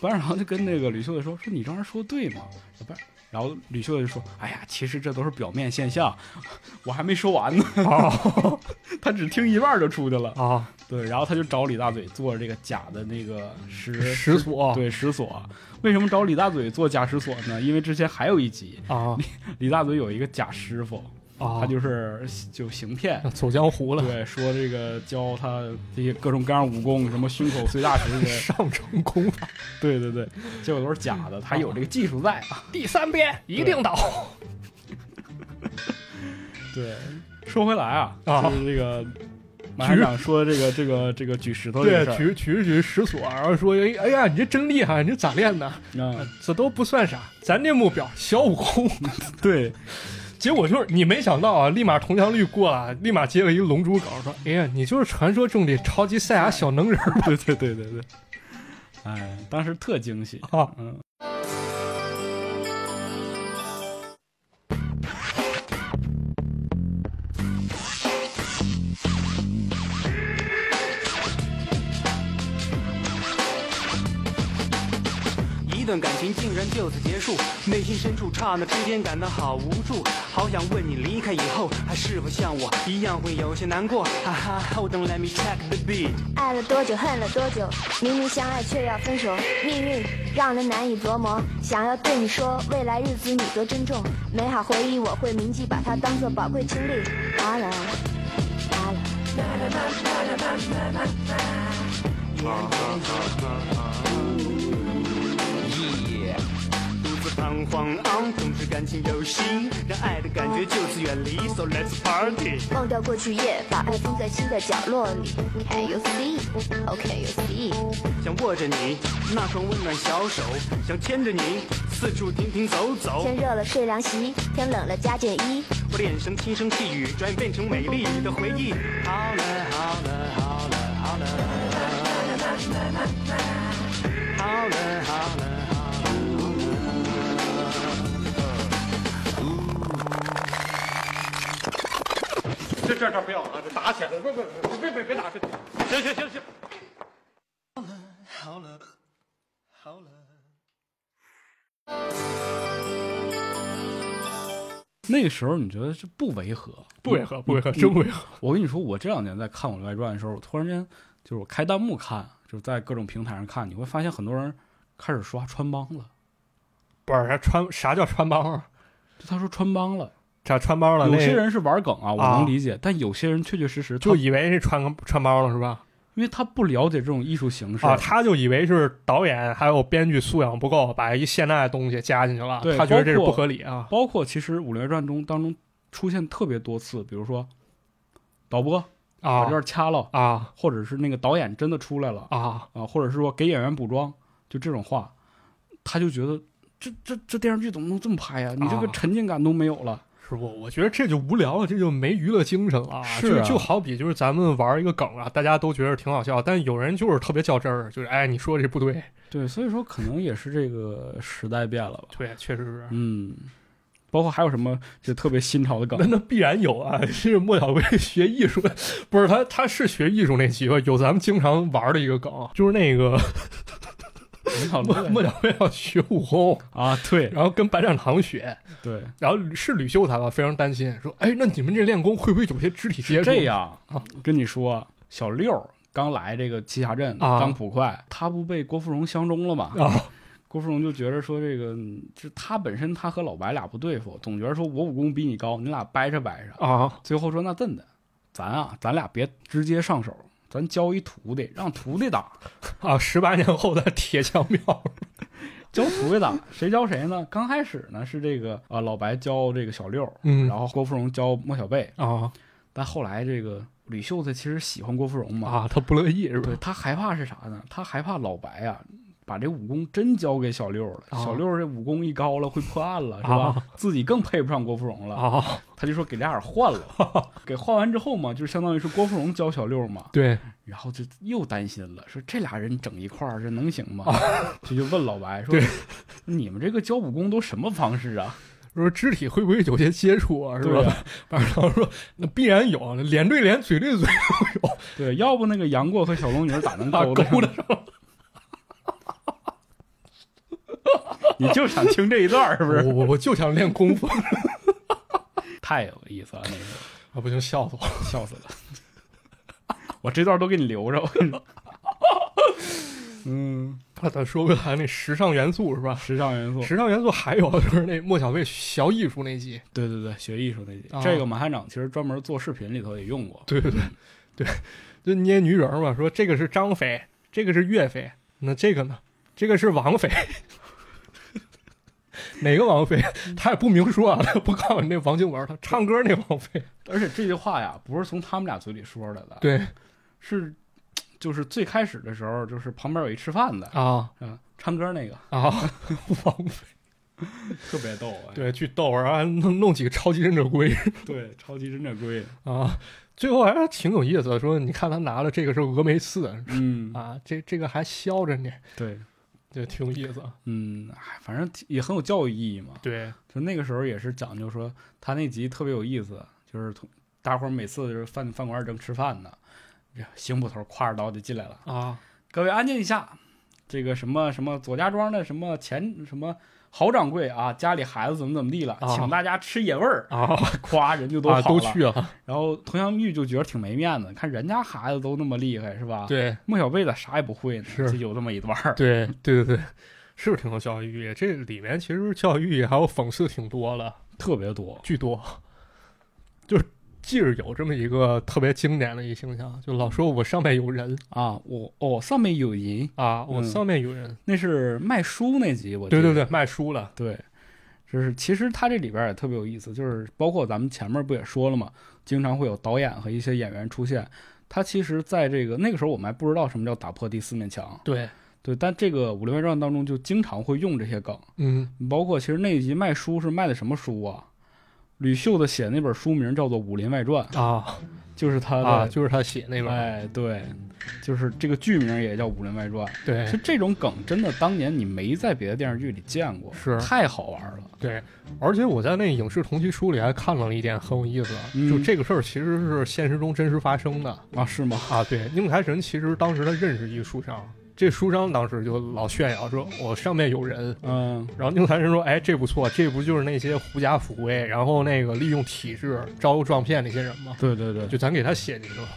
Speaker 3: 白展堂就跟那个吕秀才说：‘说你当时说对吗？’不是。”然后吕秀才就说：“哎呀，其实这都是表面现象， [laughs] 我还没说完呢。 [laughs]
Speaker 2: 啊
Speaker 3: 他只听一半儿就出去了。
Speaker 2: 啊，
Speaker 3: 对，然后他就找李大嘴做这个假的那个石
Speaker 2: 石锁
Speaker 3: 对，石锁。为什么找李大嘴做假石锁呢？因为之前还有一集，
Speaker 2: 啊
Speaker 3: 李大嘴有一个假师傅，
Speaker 2: 啊，
Speaker 3: 他就是就行骗，
Speaker 2: 走江湖了，
Speaker 3: 对，说这个教他这些各种各样武功，什么胸口碎大石之
Speaker 2: [laughs]
Speaker 3: 类的。
Speaker 2: 上乘功法
Speaker 3: 对对对，结果都是假的，他有这个技术在。啊
Speaker 2: 第三遍一定倒
Speaker 3: 对，说回来啊，
Speaker 2: 啊
Speaker 3: 就是这个马团长说这个这个这个举石头这
Speaker 2: 对
Speaker 3: 个，事
Speaker 2: 举
Speaker 3: 儿，
Speaker 2: 举着举着石锁，然后说，哎哎呀，你这真厉害，你这咋练的？呃
Speaker 3: 嗯，
Speaker 2: 这都不算啥，咱这目标小悟空。
Speaker 3: [laughs] 对，
Speaker 2: 结果就是你没想到啊，立马佟湘玉过来，立马接了一个龙珠梗，说：“哎呀，你就是传说中的超级赛亚小能人吧
Speaker 3: 对对对对对，哎，当时特惊喜。？”
Speaker 2: 啊
Speaker 3: 嗯，
Speaker 4: 一段感情竟然就此结束，内心深处刹那之间感到好无助，好想问你离开以后，还是否像我一样会有些难过？ [laughs] 哈哈，Hold on，let me check the beat。
Speaker 5: 爱了多久，恨了多久，明明相爱却要分手，命运让人难以琢磨。想要对你说，未来日子你多珍重，美好回忆我会铭记，把它当做宝贵经历。啊啦啊啦。
Speaker 4: Yeah 独自彷徨，on 总是感情游戏，让爱的感觉就此远离。So let's party。
Speaker 5: 忘掉过去夜，把爱封在新的角落里。Can you see? Oh, can you see?
Speaker 4: 想握着你那双温暖小手，想牵着你四处停停走走
Speaker 5: 天。热了睡凉席，天冷了加件衣。
Speaker 4: 我的眼神轻声细语，转眼变成美丽的回忆。好了好了好了好了，好了好了好了。
Speaker 3: 那时候你觉得这不违和，
Speaker 2: [laughs] 不违和，不违和，
Speaker 3: 你
Speaker 2: 真不违和。
Speaker 3: 我跟你说，我这两年在看《武林外传》的时候，我突然间就是我开弹幕看，就是在各种平台上看，你会发现很多人开始刷穿帮了。
Speaker 2: 不是啥穿啥叫穿帮啊？
Speaker 3: 就他说穿帮了，
Speaker 2: 啥穿帮了？
Speaker 3: 有些
Speaker 2: 那
Speaker 3: 人是玩梗啊，我能理解，但有些人确确实实他
Speaker 2: 就以为是穿个穿帮了是吧？
Speaker 3: 因为他不了解这种艺术形式
Speaker 2: 啊，他就以为是导演还有编剧素养不够，把一现代的东西加进去了，
Speaker 3: 对
Speaker 2: 他觉得这是
Speaker 3: 包括
Speaker 2: 不合理啊。
Speaker 3: 包括其实《武林外传》中当中出现特别多次，比如说导播把
Speaker 2: 啊
Speaker 3: 这段掐了，
Speaker 2: 啊
Speaker 3: 或者是那个导演真的出来了
Speaker 2: 啊！
Speaker 3: 啊，或者是说给演员补妆，就这种话，他就觉得这这这电视剧怎么能这么拍呀、你这个
Speaker 2: 啊
Speaker 3: 沉浸感都没有了。
Speaker 2: 是不？我觉得这就无聊了，这就没娱乐精神了。
Speaker 3: 是
Speaker 2: 就
Speaker 3: 啊
Speaker 2: 就好比就是咱们玩一个梗啊，大家都觉得挺好笑，但有人就是特别较真儿，就是哎，你说这不对，
Speaker 3: 对，所以说可能也是这个时代变了吧。
Speaker 2: 对，确实是。
Speaker 3: 嗯，包括还有什么就特别新潮的 [laughs] 梗
Speaker 2: 那，那必然有啊！是莫小薇学艺术的，不是他，他是学艺术那集吧？有咱们经常玩的一个梗，就是那个
Speaker 3: 很好
Speaker 2: 莫莫
Speaker 3: 乐
Speaker 2: 小薇要学武功，
Speaker 3: 啊，对
Speaker 2: 然后跟白展堂学，
Speaker 3: 对，
Speaker 2: 然后是吕秀才吧，非常担心，说：“哎，那你们这练功会不会有些肢体接触？”
Speaker 3: 这样
Speaker 2: 啊
Speaker 3: 跟你说，小六儿刚来这个栖霞镇
Speaker 2: 啊
Speaker 3: 当捕快，他不被郭芙蓉相中了吗？
Speaker 2: 啊
Speaker 3: [laughs] 郭芙蓉就觉着说这个，嗯就他本身他和老白俩不对付，总觉得说我武功比你高，你俩掰扯掰扯。
Speaker 2: 啊
Speaker 3: 最后说那这么的，咱啊，咱俩别直接上手，咱教一徒弟，让徒弟打，
Speaker 2: 啊！十八年后的铁墙庙，
Speaker 3: 教徒弟打，谁教谁呢？刚开始呢是这个啊、呃老白教这个小六儿，
Speaker 2: 嗯
Speaker 3: 然后郭芙蓉教莫小贝，
Speaker 2: 啊
Speaker 3: 但后来这个吕秀才其实喜欢郭芙蓉嘛，
Speaker 2: 啊，他不乐意是吧
Speaker 3: 对？他害怕是啥呢？他害怕老白啊，把这武功真交给小六了。
Speaker 2: 啊
Speaker 3: 小六这武功一高了，会破案了，是吧？
Speaker 2: 啊
Speaker 3: 自己更配不上郭芙蓉了，
Speaker 2: 啊，
Speaker 3: 他就说给俩人换
Speaker 2: [laughs]
Speaker 3: 了。给换完之后嘛，就是相当于是郭芙蓉教小六嘛，
Speaker 2: 对
Speaker 3: 然后就又担心了，说这俩人整一块儿，这能行吗？这就问老白说
Speaker 2: 哦对：“
Speaker 3: 你们这个教武功都什么方式啊？
Speaker 2: 说肢体会不会有些接触啊？是
Speaker 3: 对
Speaker 2: 吧
Speaker 3: 啊？
Speaker 2: 白展堂说：“那必然有，脸对脸，嘴对嘴，
Speaker 3: 对，要不那个杨过和小龙女咋能
Speaker 2: 啊
Speaker 3: 勾
Speaker 2: 勾
Speaker 3: 搭上？你就想听这一段儿是不
Speaker 2: 我
Speaker 3: 是？
Speaker 2: 我我就想练功夫啊！
Speaker 3: 太有意思了，那个
Speaker 2: 不行，笑死我了！
Speaker 3: 笑死了。 [laughs] 我这段都给你留着。我跟你说 [laughs] 嗯，
Speaker 2: 啊咱说回来那时尚元素是吧？
Speaker 3: 时尚元素，
Speaker 2: 时尚元素还有就是那莫小贝小艺术那集，
Speaker 3: 对对对，学艺术那集，
Speaker 2: 啊
Speaker 3: 这个马探长其实专门做视频里头也用过。
Speaker 2: 对对对对，就捏女人嘛，说这个是张飞，这个是岳飞，那这个呢？这个是王菲， [laughs] 哪个王菲？他也不明说啊，他不告诉你那王静文，他唱歌那王菲。
Speaker 3: 而且这句话呀，不是从他们俩嘴里说出来的，
Speaker 2: 对
Speaker 3: 是就是最开始的时候，就是旁边有一吃饭的，
Speaker 2: 啊
Speaker 3: 嗯，唱歌那个
Speaker 2: 啊，王菲
Speaker 3: [laughs] 特别逗、哎。
Speaker 2: 对，巨逗，然后还弄弄几个超级忍者龟
Speaker 3: 对，超级忍者龟，
Speaker 2: 啊，最后还挺有意思的。说你看他拿了这个是峨眉刺
Speaker 3: 嗯，
Speaker 2: 啊，这这个还削着呢，
Speaker 3: 对，
Speaker 2: 就挺有意思。啊
Speaker 3: 嗯，哎，反正挺也很有教育意义嘛。
Speaker 2: 对
Speaker 3: 就那个时候也是讲究说，他那集特别有意思，就是同大伙儿每次就是饭饭馆正吃饭呢，这邢捕头挎着刀就进来了，
Speaker 2: 啊
Speaker 3: 各位安静一下，这个什么什么左家庄的什么前什么郝掌柜啊，家里孩子怎么怎么地了，
Speaker 2: 啊
Speaker 3: 请大家吃野味
Speaker 2: [laughs]
Speaker 3: 儿，
Speaker 2: 啊
Speaker 3: 夸人就都跑
Speaker 2: 啊，
Speaker 3: 了。
Speaker 2: 都去了，
Speaker 3: 然后佟湘玉就觉得挺没面子，看人家孩子都那么厉害是吧？。
Speaker 2: 对。
Speaker 3: 莫小贝咋啥也不会呢？
Speaker 2: 是
Speaker 3: 就有这么一段儿。
Speaker 2: 对对对对，是不是挺有教育意义？这里面其实教育意义还有讽刺挺多了，
Speaker 3: 特别多。
Speaker 2: 巨多。 [laughs] 就是即使有这么一个特别经典的一形象，就老说我上面有人
Speaker 3: 啊，我哦上面有银，
Speaker 2: 啊，我
Speaker 3: 嗯
Speaker 2: 上面有人。
Speaker 3: 那是卖书那集，我记
Speaker 2: 对
Speaker 3: 得
Speaker 2: 对对，卖书了
Speaker 3: 对就是其实他这里边儿也特别有意思，就是包括咱们前面不也说了嘛，经常会有导演和一些演员出现。他其实在这个那个时候我们还不知道什么叫打破第四面墙，
Speaker 2: 对，
Speaker 3: 对，但这个《武林外传》当中就经常会用这些梗，
Speaker 2: 嗯
Speaker 3: 包括其实那一集卖书是卖的什么书啊？吕秀的写那本书名叫做《武林外传》，
Speaker 2: 啊
Speaker 3: 就是他的，
Speaker 2: 啊，就是他写那本儿，
Speaker 3: 哎对，就是这个剧名也叫《武林外传》。其实
Speaker 2: 对
Speaker 3: 这种梗真的当年你没在别的电视剧里见过，
Speaker 2: 是
Speaker 3: 太好玩了。
Speaker 2: 对。而且我在那影视同期书里还看到了一点很有意思，啊
Speaker 3: 嗯
Speaker 2: 就这个事儿其实是现实中真实发生的
Speaker 3: 啊，是吗？
Speaker 2: 啊。对，宁财神其实当时他认识一个书商，这书商当时就老炫耀说，我上面有人。
Speaker 3: 嗯，
Speaker 2: 然后宁财神说，哎，这不错，这不就是那些狐假虎威，然后那个利用体制招摇撞骗那些人吗？
Speaker 3: 对对对，
Speaker 2: 就咱给他写进去吧。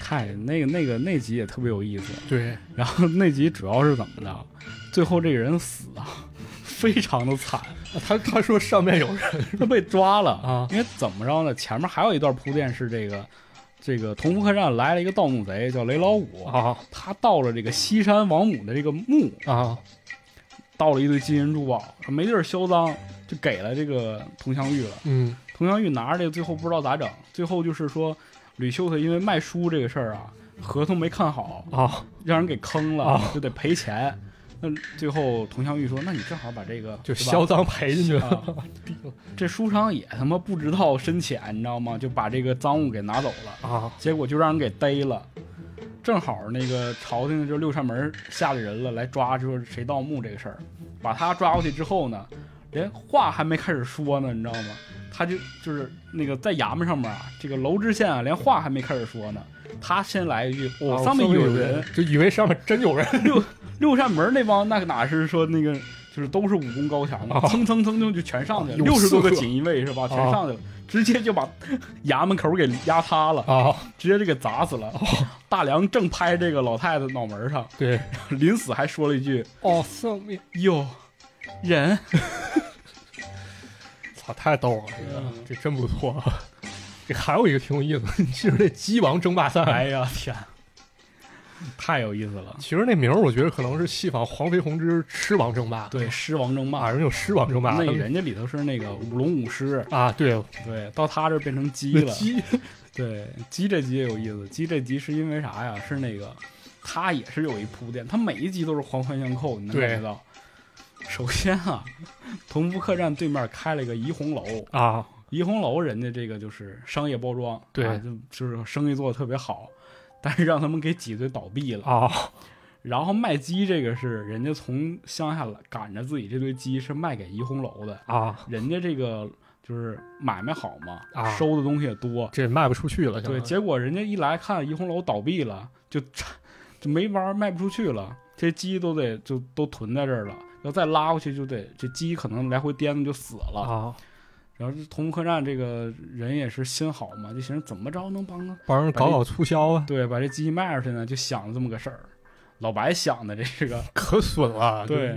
Speaker 3: 太那个那个那集也特别有意思。
Speaker 2: 对，
Speaker 3: 然后那集主要是怎么的？最后这个人死啊， [laughs] 非常的惨，
Speaker 2: 他他说上面有人，
Speaker 3: 他被抓了
Speaker 2: 啊
Speaker 3: 因为怎么着呢？前面还有一段铺垫是这个，这个同福客栈来了一个盗墓贼叫雷老五，
Speaker 2: 啊
Speaker 3: 他盗了这个西山王母的这个墓，
Speaker 2: 啊
Speaker 3: 盗了一堆金银珠宝，他没地儿销赃，就给了这个佟湘玉了。
Speaker 2: 嗯
Speaker 3: 佟湘玉拿着这个，最后不知道咋整，最后就是说吕秀才因为卖书这个事儿啊，合同没看好，
Speaker 2: 啊，
Speaker 3: 让人给坑了，
Speaker 2: 啊
Speaker 3: 就得赔钱。那最后佟湘玉说：“那你正好把这 [laughs] 个
Speaker 2: 就
Speaker 3: 对吧
Speaker 2: 销赃赔进去
Speaker 3: 啊
Speaker 2: 了
Speaker 3: 这书商也他妈不知道深浅，你知道吗？就把这个赃物给拿走了，
Speaker 2: 啊
Speaker 3: 结果就让人给逮了。正好那个朝廷就六扇门下的人了，来抓就说谁盗墓这个事儿，把他抓过去之后呢，连话还没开始说呢，你知道吗？他就就是那个在衙门上面啊，这个娄知县啊，连话还没开始说呢，他先来一句：“我、
Speaker 2: 啊
Speaker 3: 上面有人。”
Speaker 2: 人，就以为上面真有人。
Speaker 3: 六扇门那帮那个哪是说那个就是都是武功高强的
Speaker 2: 啊，
Speaker 3: 蹭蹭蹭就就全上去了，
Speaker 2: 有
Speaker 3: 六十哦多个哦
Speaker 2: 刺客
Speaker 3: 锦衣卫是吧？全
Speaker 2: 啊
Speaker 3: 上去了，直接就把衙门口给压塌了，
Speaker 2: 啊，
Speaker 3: 直接就给砸死了。大梁正拍这个老太太脑门上，
Speaker 2: 对，
Speaker 3: 临死还说了一句
Speaker 2: 哦，上面，：“
Speaker 3: 哟，人。
Speaker 2: 操，太逗了，这个
Speaker 3: 嗯
Speaker 2: 这真不错啊。这还有一个挺有意思的， [laughs] 就是那鸡王争霸”赛。
Speaker 3: 哎呀天，太有意思了。
Speaker 2: 其实那名儿我觉得可能是戏仿黄飞鸿之狮王争霸，
Speaker 3: 对，狮王争
Speaker 2: 啊，
Speaker 3: 霸，
Speaker 2: 人有狮王争霸，
Speaker 3: 那
Speaker 2: 他们
Speaker 3: 人家里头是那个舞龙舞狮，
Speaker 2: 啊，对，
Speaker 3: 对，到他这儿变成鸡
Speaker 2: 那
Speaker 3: 了。
Speaker 2: 鸡
Speaker 3: 对，鸡这集也有意思。鸡这集是因为啥呀？是那个，它也是有一铺垫，它每一集都是环环相扣，你能
Speaker 2: 对
Speaker 3: 感觉到。首先啊，同福客栈对面开了一个怡红楼，
Speaker 2: 啊，
Speaker 3: 怡红楼人家这个就是商业包装，
Speaker 2: 对
Speaker 3: 啊就就是生意做的特别好，但是让他们给挤兑倒闭了。
Speaker 2: 啊
Speaker 3: 然后卖鸡这个是人家从乡下来赶着自己这堆鸡是卖给怡红楼的，
Speaker 2: 啊，
Speaker 3: 人家这个就是买卖好嘛，
Speaker 2: 啊
Speaker 3: 收的东西也多，
Speaker 2: 这卖不出去了，
Speaker 3: 对，
Speaker 2: 相当于
Speaker 3: 结果人家一来看怡红楼倒闭了，就 [laughs] 就没法儿卖不出去了，这鸡都得就都囤在这儿了，要再拉过去就得这鸡可能来回颠的就死了。
Speaker 2: 啊，
Speaker 3: 然后这同客栈这个人也是心好嘛，就寻思怎么着能帮他，啊
Speaker 2: 帮人搞搞促销啊，
Speaker 3: 对，把这鸡卖出去呢，就想了这么个事儿。老白想的
Speaker 2: [laughs]
Speaker 3: 这个，
Speaker 2: 可损了，啊
Speaker 3: 对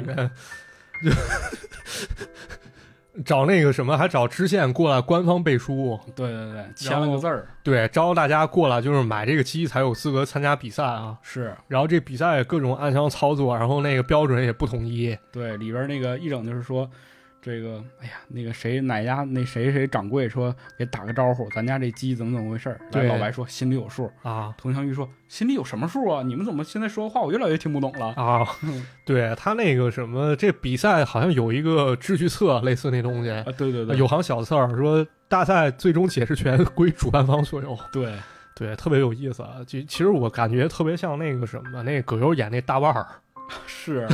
Speaker 2: 就就 [laughs] 找那个什么，还找知县过来官方背书，
Speaker 3: 对对对，签了个字儿，
Speaker 2: 对，招大家过来就是买这个鸡才有资格参加比赛啊。
Speaker 3: 是
Speaker 2: 然后这比赛各种暗箱操作，然后那个标准也不统一
Speaker 3: 对里边儿那个一整就是说，这个哎呀，那个谁哪家那谁谁掌柜说给打个招呼，咱家这鸡怎么怎么回事儿？来
Speaker 2: 对
Speaker 3: 老白说心里有数，
Speaker 2: 啊
Speaker 3: 佟湘玉说：“心里有什么数啊？你们怎么现在说话我越来越听不懂了
Speaker 2: 啊！
Speaker 3: 嗯
Speaker 2: 对他那个什么，这比赛好像有一个秩序册类似那东西？”，
Speaker 3: 啊，对对对，
Speaker 2: 有行小字儿说大赛最终解释权归主办方所有。 [laughs]
Speaker 3: 对
Speaker 2: 对，特别有意思啊！就其实我感觉特别像那个什么，那葛优演那大腕儿， [laughs]
Speaker 3: 是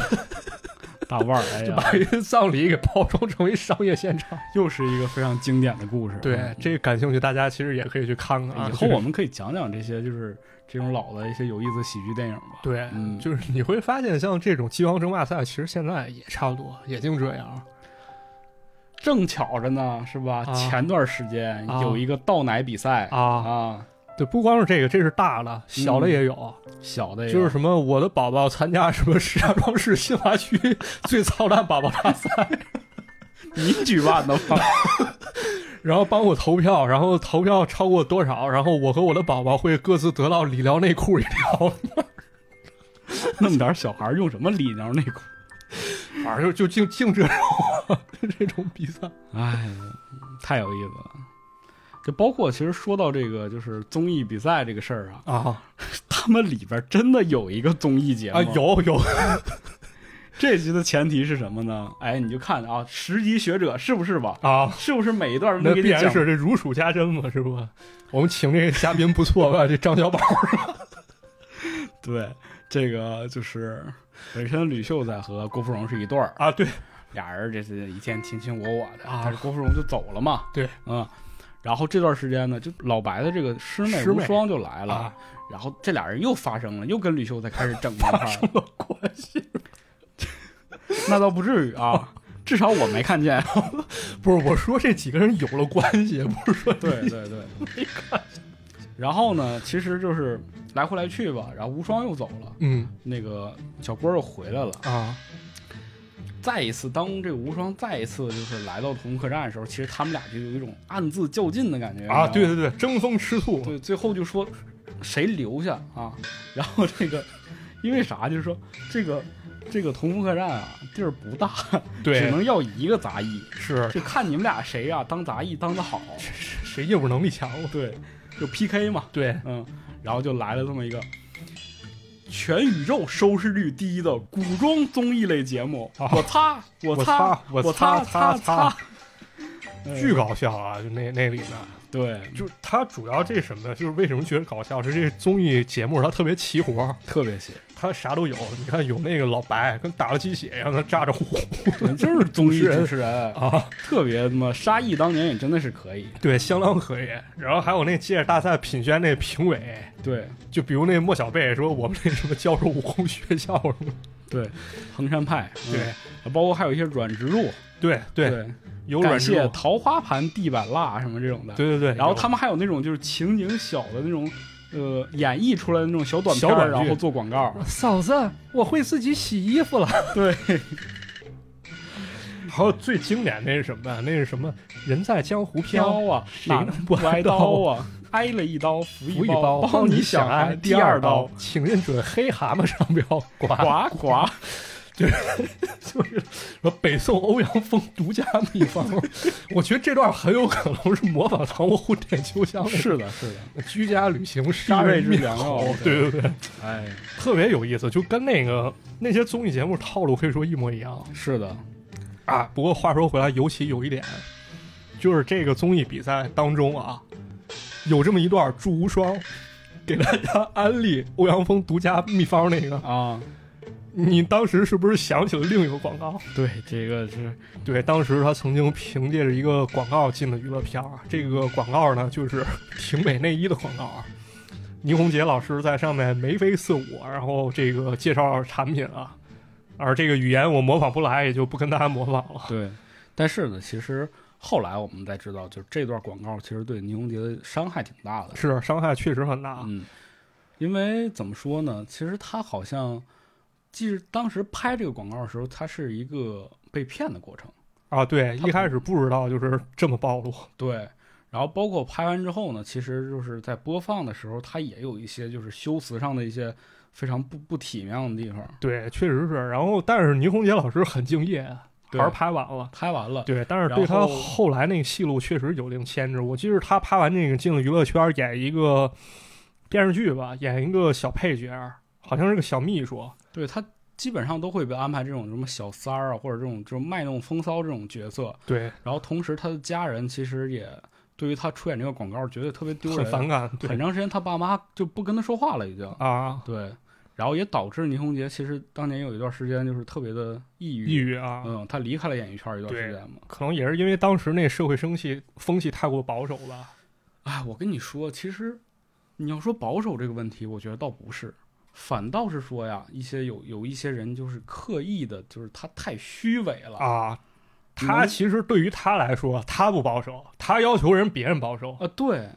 Speaker 3: 大腕儿，哎
Speaker 2: 就把
Speaker 3: 呀，
Speaker 2: 一个葬礼给包装成一商业现场。
Speaker 3: 又是一个非常经典的故事。
Speaker 2: 对
Speaker 3: 嗯，
Speaker 2: 这感兴趣大家其实也可以去看看啊。
Speaker 3: 以后
Speaker 2: 就是
Speaker 3: 我们可以讲讲这些就是这种老的一些有意思喜剧电影吧。
Speaker 2: 对，
Speaker 3: 嗯
Speaker 2: 就是你会发现，像这种鸡王争霸赛，其实现在也差不多，也就这样。
Speaker 3: 正巧着呢，是吧？
Speaker 2: 啊
Speaker 3: 前段时间
Speaker 2: 啊
Speaker 3: 有一个倒奶比赛
Speaker 2: 啊
Speaker 3: 啊，
Speaker 2: 对，不光是这个，这是大的，小的
Speaker 3: 嗯
Speaker 2: 也有，
Speaker 3: 小的也
Speaker 2: 就是什么我的宝宝参加什么石家庄市新华区 [laughs] 最操蛋宝宝大赛，
Speaker 3: 你举办的吗？ [laughs]
Speaker 2: 然后帮我投票，然后投票超过多少，然后我和我的宝宝会各自得到理疗内裤一条，
Speaker 3: 那么点儿小孩儿用什么理疗内裤？
Speaker 2: 反正就就净净这种 [laughs] 这种比赛
Speaker 3: 哎，太有意思了。就包括其实说到这个就是综艺比赛这个事儿啊， [laughs]
Speaker 2: 啊
Speaker 3: 他们里边真的有一个综艺节目
Speaker 2: 啊有有
Speaker 3: 这集的前提是什么呢？哎，你就看啊，十级学者是不是吧？
Speaker 2: 啊，
Speaker 3: 是不是每一段
Speaker 2: 那
Speaker 3: 都给
Speaker 2: 必
Speaker 3: 你
Speaker 2: 然
Speaker 3: 讲？
Speaker 2: 是这如数家珍嘛，是不？我们请这个嘉宾不错吧？这张小宝 [laughs]
Speaker 3: 对，这个就是本身吕秀才和郭芙蓉是一对儿，
Speaker 2: 啊，对
Speaker 3: 俩人这是一天卿卿我我的，
Speaker 2: 啊
Speaker 3: 但是郭芙蓉就走了嘛。
Speaker 2: 对，
Speaker 3: 嗯，然后这段时间呢，就老白的这个师妹
Speaker 2: 师
Speaker 3: 无
Speaker 2: 妹
Speaker 3: 双就来了，
Speaker 2: 啊，
Speaker 3: 然后这俩人又发生了，又跟吕秀才开始整这一块儿，
Speaker 2: 有关系。
Speaker 3: [laughs] 那倒不至于啊，至少我没
Speaker 2: [laughs]
Speaker 3: 看见。
Speaker 2: 不是我说这几个人有了关系，不是说
Speaker 3: 对对对，然后呢，其实就是来回来去吧，然后无双又走了，
Speaker 2: 嗯
Speaker 3: 那个小郭又回来了。
Speaker 2: 啊
Speaker 3: 再一次，当这个无双再一次就是来到同客栈的时候，其实他们俩就有一种暗自较劲的感觉
Speaker 2: 啊，
Speaker 3: 你知
Speaker 2: 对
Speaker 3: 道吗
Speaker 2: 对对，争风吃醋，
Speaker 3: 嗯对，最后就说谁留下啊？然后这个因为啥，就是说这个这个同客栈啊地儿不大，
Speaker 2: [laughs]
Speaker 3: 只
Speaker 2: 对
Speaker 3: 能要一个杂役，
Speaker 2: 是
Speaker 3: 就看你们俩谁呀、当杂役当的好，
Speaker 2: 谁业务能力强了？
Speaker 3: 对，就 PK 嘛，
Speaker 2: 对，
Speaker 3: 嗯，然后就来了这么一个全宇宙收视率第一的古装综艺类节目，
Speaker 2: 啊
Speaker 3: 我擦，我
Speaker 2: 我擦
Speaker 3: 我
Speaker 2: 我
Speaker 3: 擦
Speaker 2: 擦
Speaker 3: 擦
Speaker 2: 擦
Speaker 3: 擦
Speaker 2: 擦，
Speaker 3: 嗯
Speaker 2: 巨搞笑啊！就那那里呢，
Speaker 3: 对，
Speaker 2: 就是它主要这什么呢？就是为什么觉得搞笑？是这综艺节目它特别齐活，
Speaker 3: 特别邪，
Speaker 2: 它啥都有。你看有那个老白跟打了鸡血一样，他咋着呼
Speaker 3: 对就是综艺
Speaker 2: 主持人
Speaker 3: 主持人，
Speaker 2: 啊，
Speaker 3: 特别他妈沙溢当年也真的是可以，
Speaker 2: 对，相当可以。然后还有那接着大赛品轩那评委，
Speaker 3: 对
Speaker 2: 就比如那莫小贝说我们那什么教授武功学校什么，
Speaker 3: 对，衡山派，嗯
Speaker 2: 对，
Speaker 3: 包括还有一些软植入，
Speaker 2: 对对，
Speaker 3: 对，
Speaker 2: 有软
Speaker 3: 感
Speaker 2: 弱
Speaker 3: 谢，桃花盘地板蜡什么这种的，
Speaker 2: 对对对，
Speaker 3: 然后
Speaker 2: 有
Speaker 3: 他们还有那种就是情景小的那种，呃，演绎出来的那种小短片儿，
Speaker 2: 小短剧
Speaker 3: 然后做
Speaker 2: [laughs]
Speaker 3: 广告。
Speaker 2: 嫂子，我会自己洗衣服了。
Speaker 3: 对，
Speaker 2: 还有最经典那是什么呀？那是什么？人在江湖飘，
Speaker 3: 嗯飘啊，
Speaker 2: 谁
Speaker 3: 哪
Speaker 2: 能
Speaker 3: 不
Speaker 2: 不
Speaker 3: 挨
Speaker 2: 挨
Speaker 3: 刀
Speaker 2: 刀
Speaker 3: 啊？挨了一刀，扶
Speaker 2: 扶一
Speaker 3: 一
Speaker 2: 包
Speaker 3: 包你想挨
Speaker 2: 挨
Speaker 3: 第
Speaker 2: 二
Speaker 3: 刀，，
Speaker 2: 请认准黑蛤蟆商标，刮
Speaker 3: 呱呱。
Speaker 2: 就是说北宋欧阳锋独家秘
Speaker 3: [laughs]
Speaker 2: 方。我觉得这段很有可能是模仿唐伯虎点秋香，
Speaker 3: 是的，是的，
Speaker 2: 居家旅行
Speaker 3: 杀
Speaker 2: 杀
Speaker 3: 人
Speaker 2: 人
Speaker 3: 之啊
Speaker 2: 灭
Speaker 3: 良药
Speaker 2: 口，对对对，
Speaker 3: 哎，
Speaker 2: 特别有意思，就跟那个那些综艺节目套路可以说一模一样。
Speaker 3: 是的，
Speaker 2: 啊，不过话说回来，尤其有一点，就是这个综艺比赛当中啊，有这么一段祝无双给大家安利欧阳锋独家秘方那个，
Speaker 3: 啊，
Speaker 2: 你当时是不是想起了另一个广告？
Speaker 3: 对，这个是
Speaker 2: 对，当时他曾经凭借着一个广告进了娱乐圈啊，这个广告呢就是婷美内衣的广告啊。倪虹洁老师在上面眉飞色舞，啊然后这个介绍产品啊，而这个语言我模仿不来，也就不跟大家模仿了。
Speaker 3: 对，但是呢，其实后来我们才知道，就是这段广告其实对倪虹洁的伤害挺大的。
Speaker 2: 是伤害确实很大，啊
Speaker 3: 嗯，因为怎么说呢？其实他好像，即使当时拍这个广告的时候，他是一个被骗的过程。
Speaker 2: 啊，对，
Speaker 3: 他
Speaker 2: 一开始不知道就是这么暴露，
Speaker 3: 对，然后包括拍完之后呢，其实就是在播放的时候，它也有一些就是修辞上的一些非常不不体面的地方。
Speaker 2: [laughs] 对，确实是。然后，但是倪虹洁老师很敬业，
Speaker 3: 对
Speaker 2: 还是拍完了。
Speaker 3: 拍完了，
Speaker 2: 对，但是对
Speaker 3: 然
Speaker 2: 他
Speaker 3: 后
Speaker 2: 后来那个戏路确实有令牵制。我记得他拍完那个进了娱乐圈，演一个电视剧吧，演一个小配角，好像是个小秘书。
Speaker 3: 对他基本上都会被安排这种什么小三儿啊，或者这种这种卖弄风骚这种角色。
Speaker 2: 对，
Speaker 3: 然后同时他的家人其实也对于他出演这个广告觉得特别丢
Speaker 2: 很
Speaker 3: 人，
Speaker 2: 反感。
Speaker 3: 很
Speaker 2: 对
Speaker 3: 长时间他爸妈就不跟他说话了，已经。
Speaker 2: 啊，
Speaker 3: 对，然后也导致倪虹洁其实当年有一段时间就是特别的抑郁，
Speaker 2: 抑郁啊，
Speaker 3: 嗯，她离开了演艺圈一段
Speaker 2: 对
Speaker 3: 时间嘛。
Speaker 2: 可能也是因为当时那社会风气风气太过保守吧。
Speaker 3: 哎，我跟你说，其实你要说保守这个问题，我觉得倒不是，反倒是说呀，一些有有一些人就是刻意的，就是他太虚伪了。
Speaker 2: 啊，
Speaker 3: 你
Speaker 2: 他
Speaker 3: 能
Speaker 2: 其实对于他来说，他不保守，他要求人别人保守。
Speaker 3: 啊，对，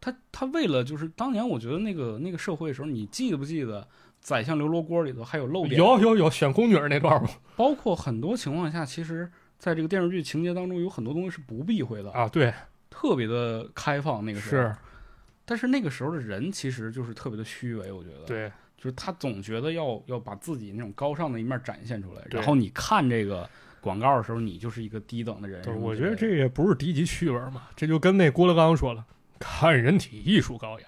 Speaker 3: 他他为了就是当年我觉得那个那个社会的时候，你记得不记得《宰相刘罗锅》里头还有漏点？
Speaker 2: 有有有选宫女儿那段儿吗？
Speaker 3: 包括很多情况下，其实在这个电视剧情节当中，有很多东西是不避讳的，
Speaker 2: 啊，对，
Speaker 3: 特别的开放。那个时候
Speaker 2: 是，
Speaker 3: 但是那个时候的人其实就是特别的虚伪，我觉得。
Speaker 2: 对，
Speaker 3: 就是他总觉得要要把自己那种高尚的一面展现出来，
Speaker 2: 对
Speaker 3: 然后你看这个广告的时候，你就是一个低等的人。
Speaker 2: 对，
Speaker 3: 什么
Speaker 2: 我
Speaker 3: 之
Speaker 2: 觉得
Speaker 3: 类的
Speaker 2: 这也不是低级趣味儿嘛，这就跟那郭德纲说了，看人体艺术高雅，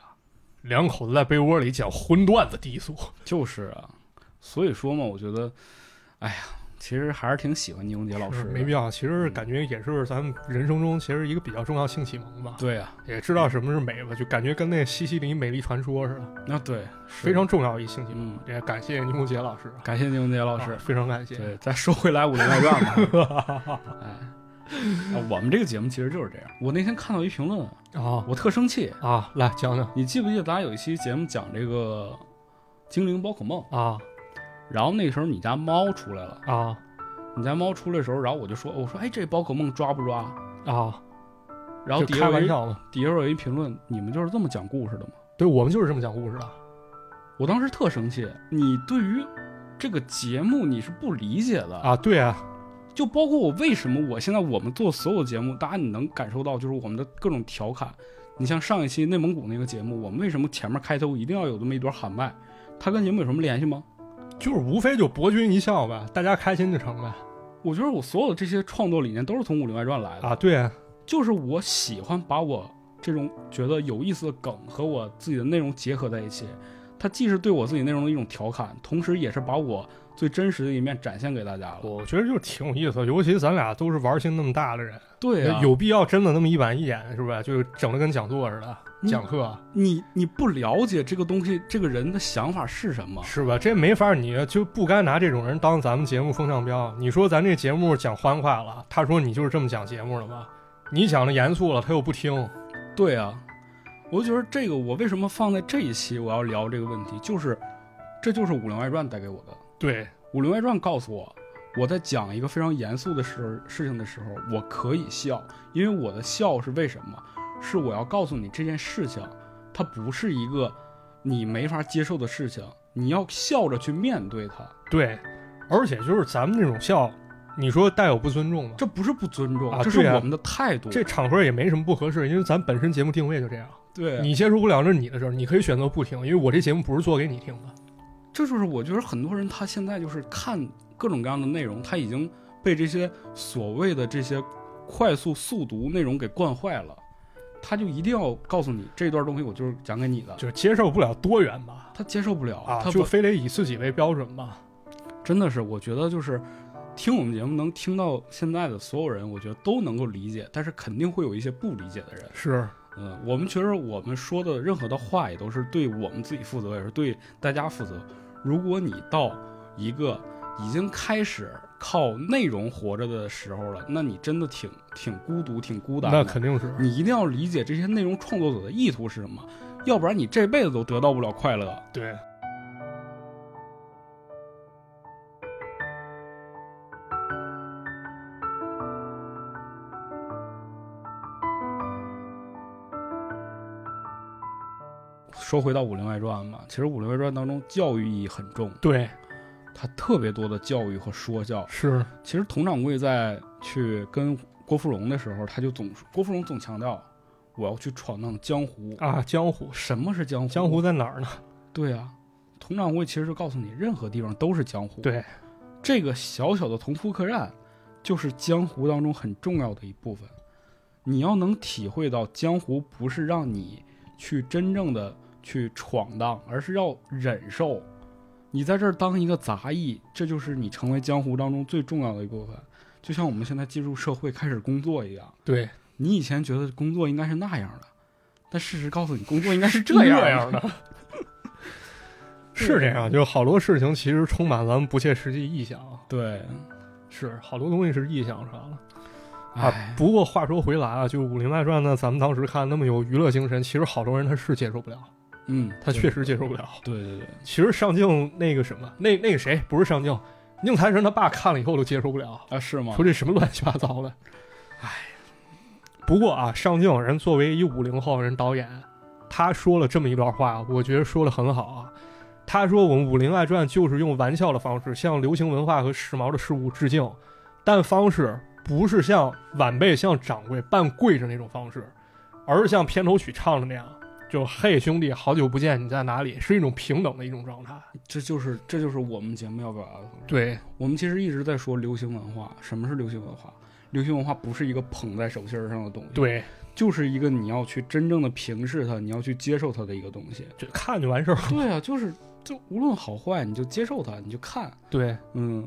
Speaker 2: 两口子在被窝里讲荤段子低俗。
Speaker 3: 就是啊，所以说嘛，我觉得，哎呀，其实还是挺喜欢倪虹洁老师
Speaker 2: 是
Speaker 3: 的，
Speaker 2: 没必要，其实感觉也是咱们人生中其实一个比较重要性启蒙吧，
Speaker 3: 对啊，
Speaker 2: 也知道什么是美吧，就感觉跟那西西里美丽传说似的，
Speaker 3: 那对，
Speaker 2: 非常重要一性启蒙。
Speaker 3: 嗯，
Speaker 2: 也感谢倪虹洁老师啊，
Speaker 3: 感谢倪虹洁老师。
Speaker 2: 啊非常感谢。 [laughs]
Speaker 3: 对，再说回来《武林外传》吧，哎，啊我们这个节目其实就是这样。我那天看到一评论，
Speaker 2: 啊
Speaker 3: 我特生气。
Speaker 2: 啊，来讲讲
Speaker 3: 你记不记得咱有一期节目讲这个精灵宝可梦？
Speaker 2: 啊
Speaker 3: 然后那时候你家猫出来了，
Speaker 2: 啊
Speaker 3: 你家猫出来的时候，然后我就说，我说哎，这宝可梦抓不抓？
Speaker 2: 啊，
Speaker 3: 然后
Speaker 2: 就
Speaker 3: 底下
Speaker 2: 开
Speaker 3: 有
Speaker 2: 玩
Speaker 3: 一
Speaker 2: 笑嘛，
Speaker 3: 底下有一评论，你们就是这么讲故事的吗？
Speaker 2: 对我们就是这么讲故事的，
Speaker 3: 我当时特生气，你对于这个节目你是不理解的
Speaker 2: 啊，对啊，
Speaker 3: 就包括我为什么我现在我们做所有节目，大家你能感受到就是我们的各种调侃。你像上一期内蒙古那个节目，我们为什么前面开头一定要有这么一段喊麦？它跟节目有什么联系吗？
Speaker 2: 就是无非就博君一笑呗，大家开心就成呗，
Speaker 3: 我觉得我所有的这些创作理念都是从《武林外传》来的，
Speaker 2: 啊，对啊，
Speaker 3: 就是我喜欢把我这种觉得有意思的梗和我自己的内容结合在一起。它既是对我自己内容的一种调侃，同时也是把我最真实的一面展现给大家了。
Speaker 2: 我觉得就是挺有意思的，尤其咱俩都是玩心那么大的人，
Speaker 3: 对啊，
Speaker 2: 哎有必要真的那么一板一眼是不是？就整的跟讲座似的，
Speaker 3: 嗯
Speaker 2: 讲课、
Speaker 3: 你你不了解这个东西，这个人的想法是什么？
Speaker 2: 是吧？这没法儿，你就不该拿这种人当咱们节目风向标。你说咱这节目讲欢快了，他说你就是这么讲节目了吧？你讲的严肃了，他又不听。
Speaker 3: 对啊，我就觉得这个我为什么放在这一期我要聊这个问题，就是这就是《武林外传》带给我的。
Speaker 2: 对
Speaker 3: 《武林外传》告诉我，我在讲一个非常严肃的事事情的时候，我可以笑，因为我的笑是为什么？是我要告诉你这件事情，它不是一个你没法接受的事情，你要笑着去面对它。
Speaker 2: 对，而且就是咱们这种笑，你说带有不尊重吗？
Speaker 3: 这不是不尊重，
Speaker 2: 啊
Speaker 3: 这是
Speaker 2: 对啊
Speaker 3: 我们的态度。
Speaker 2: 这场合也没什么不合适，因为咱本身节目定位就这样。
Speaker 3: 对啊
Speaker 2: 你接受不了那是你的事儿，你可以选择不听，因为我这节目不是做给你听的。
Speaker 3: 这就是我觉得很多人他现在就是看各种各样的内容，他已经被这些所谓的这些快速速读内容给惯坏了，他就一定要告诉你这段东西我就是讲给你的，
Speaker 2: 就是接受不了多元吧，
Speaker 3: 他接受不了，
Speaker 2: 啊，
Speaker 3: 他
Speaker 2: 就
Speaker 3: 不
Speaker 2: 非得以自己为标准吧。
Speaker 3: 真的是我觉得就是听我们节目能听到现在的所有人，我觉得都能够理解，但是肯定会有一些不理解的人。
Speaker 2: 是，
Speaker 3: 嗯，我们觉得我们说的任何的话也都是对我们自己负责，也是对大家负责。如果你到一个已经开始靠内容活着的时候了，那你真的挺挺孤独、挺孤单的。
Speaker 2: 那肯定是
Speaker 3: 你一定要理解这些内容创作者的意图是什么，要不然你这辈子都得到不了快乐。
Speaker 2: 对。
Speaker 3: 说回到《武林外传》嘛，其实《武林外传》当中教育意义很重，
Speaker 2: 对，
Speaker 3: 它特别多的教育和说教。
Speaker 2: 是
Speaker 3: 其实佟掌柜在去跟郭芙蓉的时候，他就总郭芙蓉总强调，我要去闯荡江湖。
Speaker 2: 啊，江湖，
Speaker 3: 什么是江湖？
Speaker 2: 江湖在哪儿呢？
Speaker 3: 对啊，佟掌柜其实就告诉你，任何地方都是江湖。，
Speaker 2: 对，
Speaker 3: 这个小小的同福客栈，就是江湖当中很重要的一部分。你要能体会到，江湖不是让你去真正的去闯荡，而是要忍受。你在这儿当一个杂役，这就是你成为江湖当中最重要的一部分。就像我们现在进入社会开始工作一样，
Speaker 2: 对，
Speaker 3: 你以前觉得工作应该是那样的，但事实告诉你，工作应该是这
Speaker 2: 这
Speaker 3: 样的。
Speaker 2: 样的。 [laughs] 是这样，就是好多事情其实充满咱们不切实际臆想，
Speaker 3: 对，
Speaker 2: 是好多东西是臆想上的啊
Speaker 3: 哎。，
Speaker 2: 不过话说回来啊，就《武林外传》呢，咱们当时看那么有娱乐精神，其实好多人他是接受不了，
Speaker 3: 嗯，
Speaker 2: 他确实接受不了。
Speaker 3: 对对对，
Speaker 2: 其实上镜那个什么，那那个谁不是上镜，宁财神他爸看了以后都接受不了，
Speaker 3: 啊，是吗
Speaker 2: 说？这什么乱七八糟的。哎，不过啊，上镜人作为一五零后人导演，他说了这么一段话，我觉得说的很好啊。他说：“我们《武林外传》就是用玩笑的方式向流行文化和时髦的事物致敬，但方式不是像晚辈、像掌柜扮跪着那种方式，而是像片头曲唱的那样，就‘嘿兄弟，好久不见，你在哪里’，是一种平等的一种状态。
Speaker 3: 这就是这就是我们节目要表达的。
Speaker 2: 对，
Speaker 3: 我们其实一直在说流行文化，什么是流行文化？流行文化不是一个捧在手心儿上的东西，，
Speaker 2: 对，
Speaker 3: 就是一个你要去真正的平视它，你要去接受它的一个东 [laughs] 西。
Speaker 2: 就看就完事儿。
Speaker 3: 对啊，就是就无论好坏，你就接受它，你就看，
Speaker 2: 对，
Speaker 3: 嗯，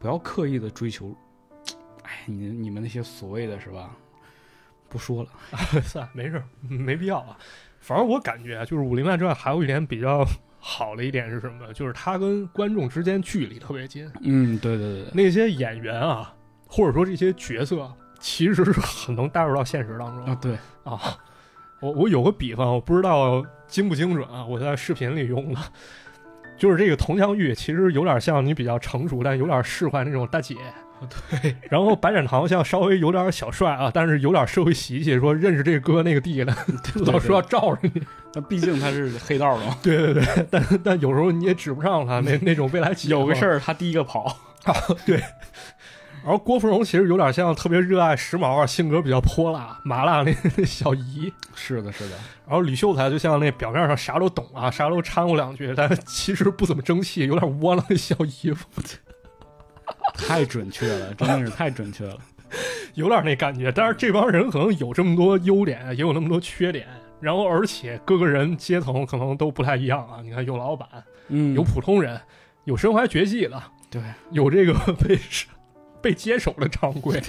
Speaker 3: 不要刻意的追求。哎，你你们那些所谓的是吧？不说了，
Speaker 2: [laughs] 算了没事儿，没必要啊。反正我感觉啊就是《武林外传》还有一点比较好的一点是什么？就是它跟观众之间距离特别近。
Speaker 3: 嗯，对对对，
Speaker 2: 那些演员啊，或者说这些角色，其实是很能带入到现实当中
Speaker 3: 啊，对， [laughs]
Speaker 2: 啊，我我有个比方，我不知道精不精准啊，我在视频里用的，就是这个佟湘玉其实有点像你比较成熟，但有点释怀那种大姐。对，然后白展堂像稍微有点小帅啊，但是有点社会习气，说认识这哥那个弟了，老说要罩着你。
Speaker 3: 那毕竟他是黑道的嘛，
Speaker 2: 对 [laughs] 对对，但但有时候你也指不上他 [laughs] 那那种未来
Speaker 3: 有个事
Speaker 2: 儿，
Speaker 3: 儿他第一个跑，
Speaker 2: 而郭芙蓉其实有点像特别热爱时髦啊，性格比较泼辣麻辣那 [laughs] 那小姨。
Speaker 3: 是的，是的，
Speaker 2: 然后吕秀才就像那表面上啥都懂啊，啥都掺和两句，但其实不怎么争气，有点窝囊的小姨夫，
Speaker 3: 太准确 [laughs] 了，真的是太准确了。
Speaker 2: 有点那感觉。但是这帮人可能有这么多优点，也有那么多缺点。然后，而且各个人阶层可能都不太一样啊。你看，有老板，
Speaker 3: [laughs] 嗯
Speaker 2: 有普通人，有身怀绝技的，
Speaker 3: 对，
Speaker 2: 有这个被被接手的掌 [laughs] 柜，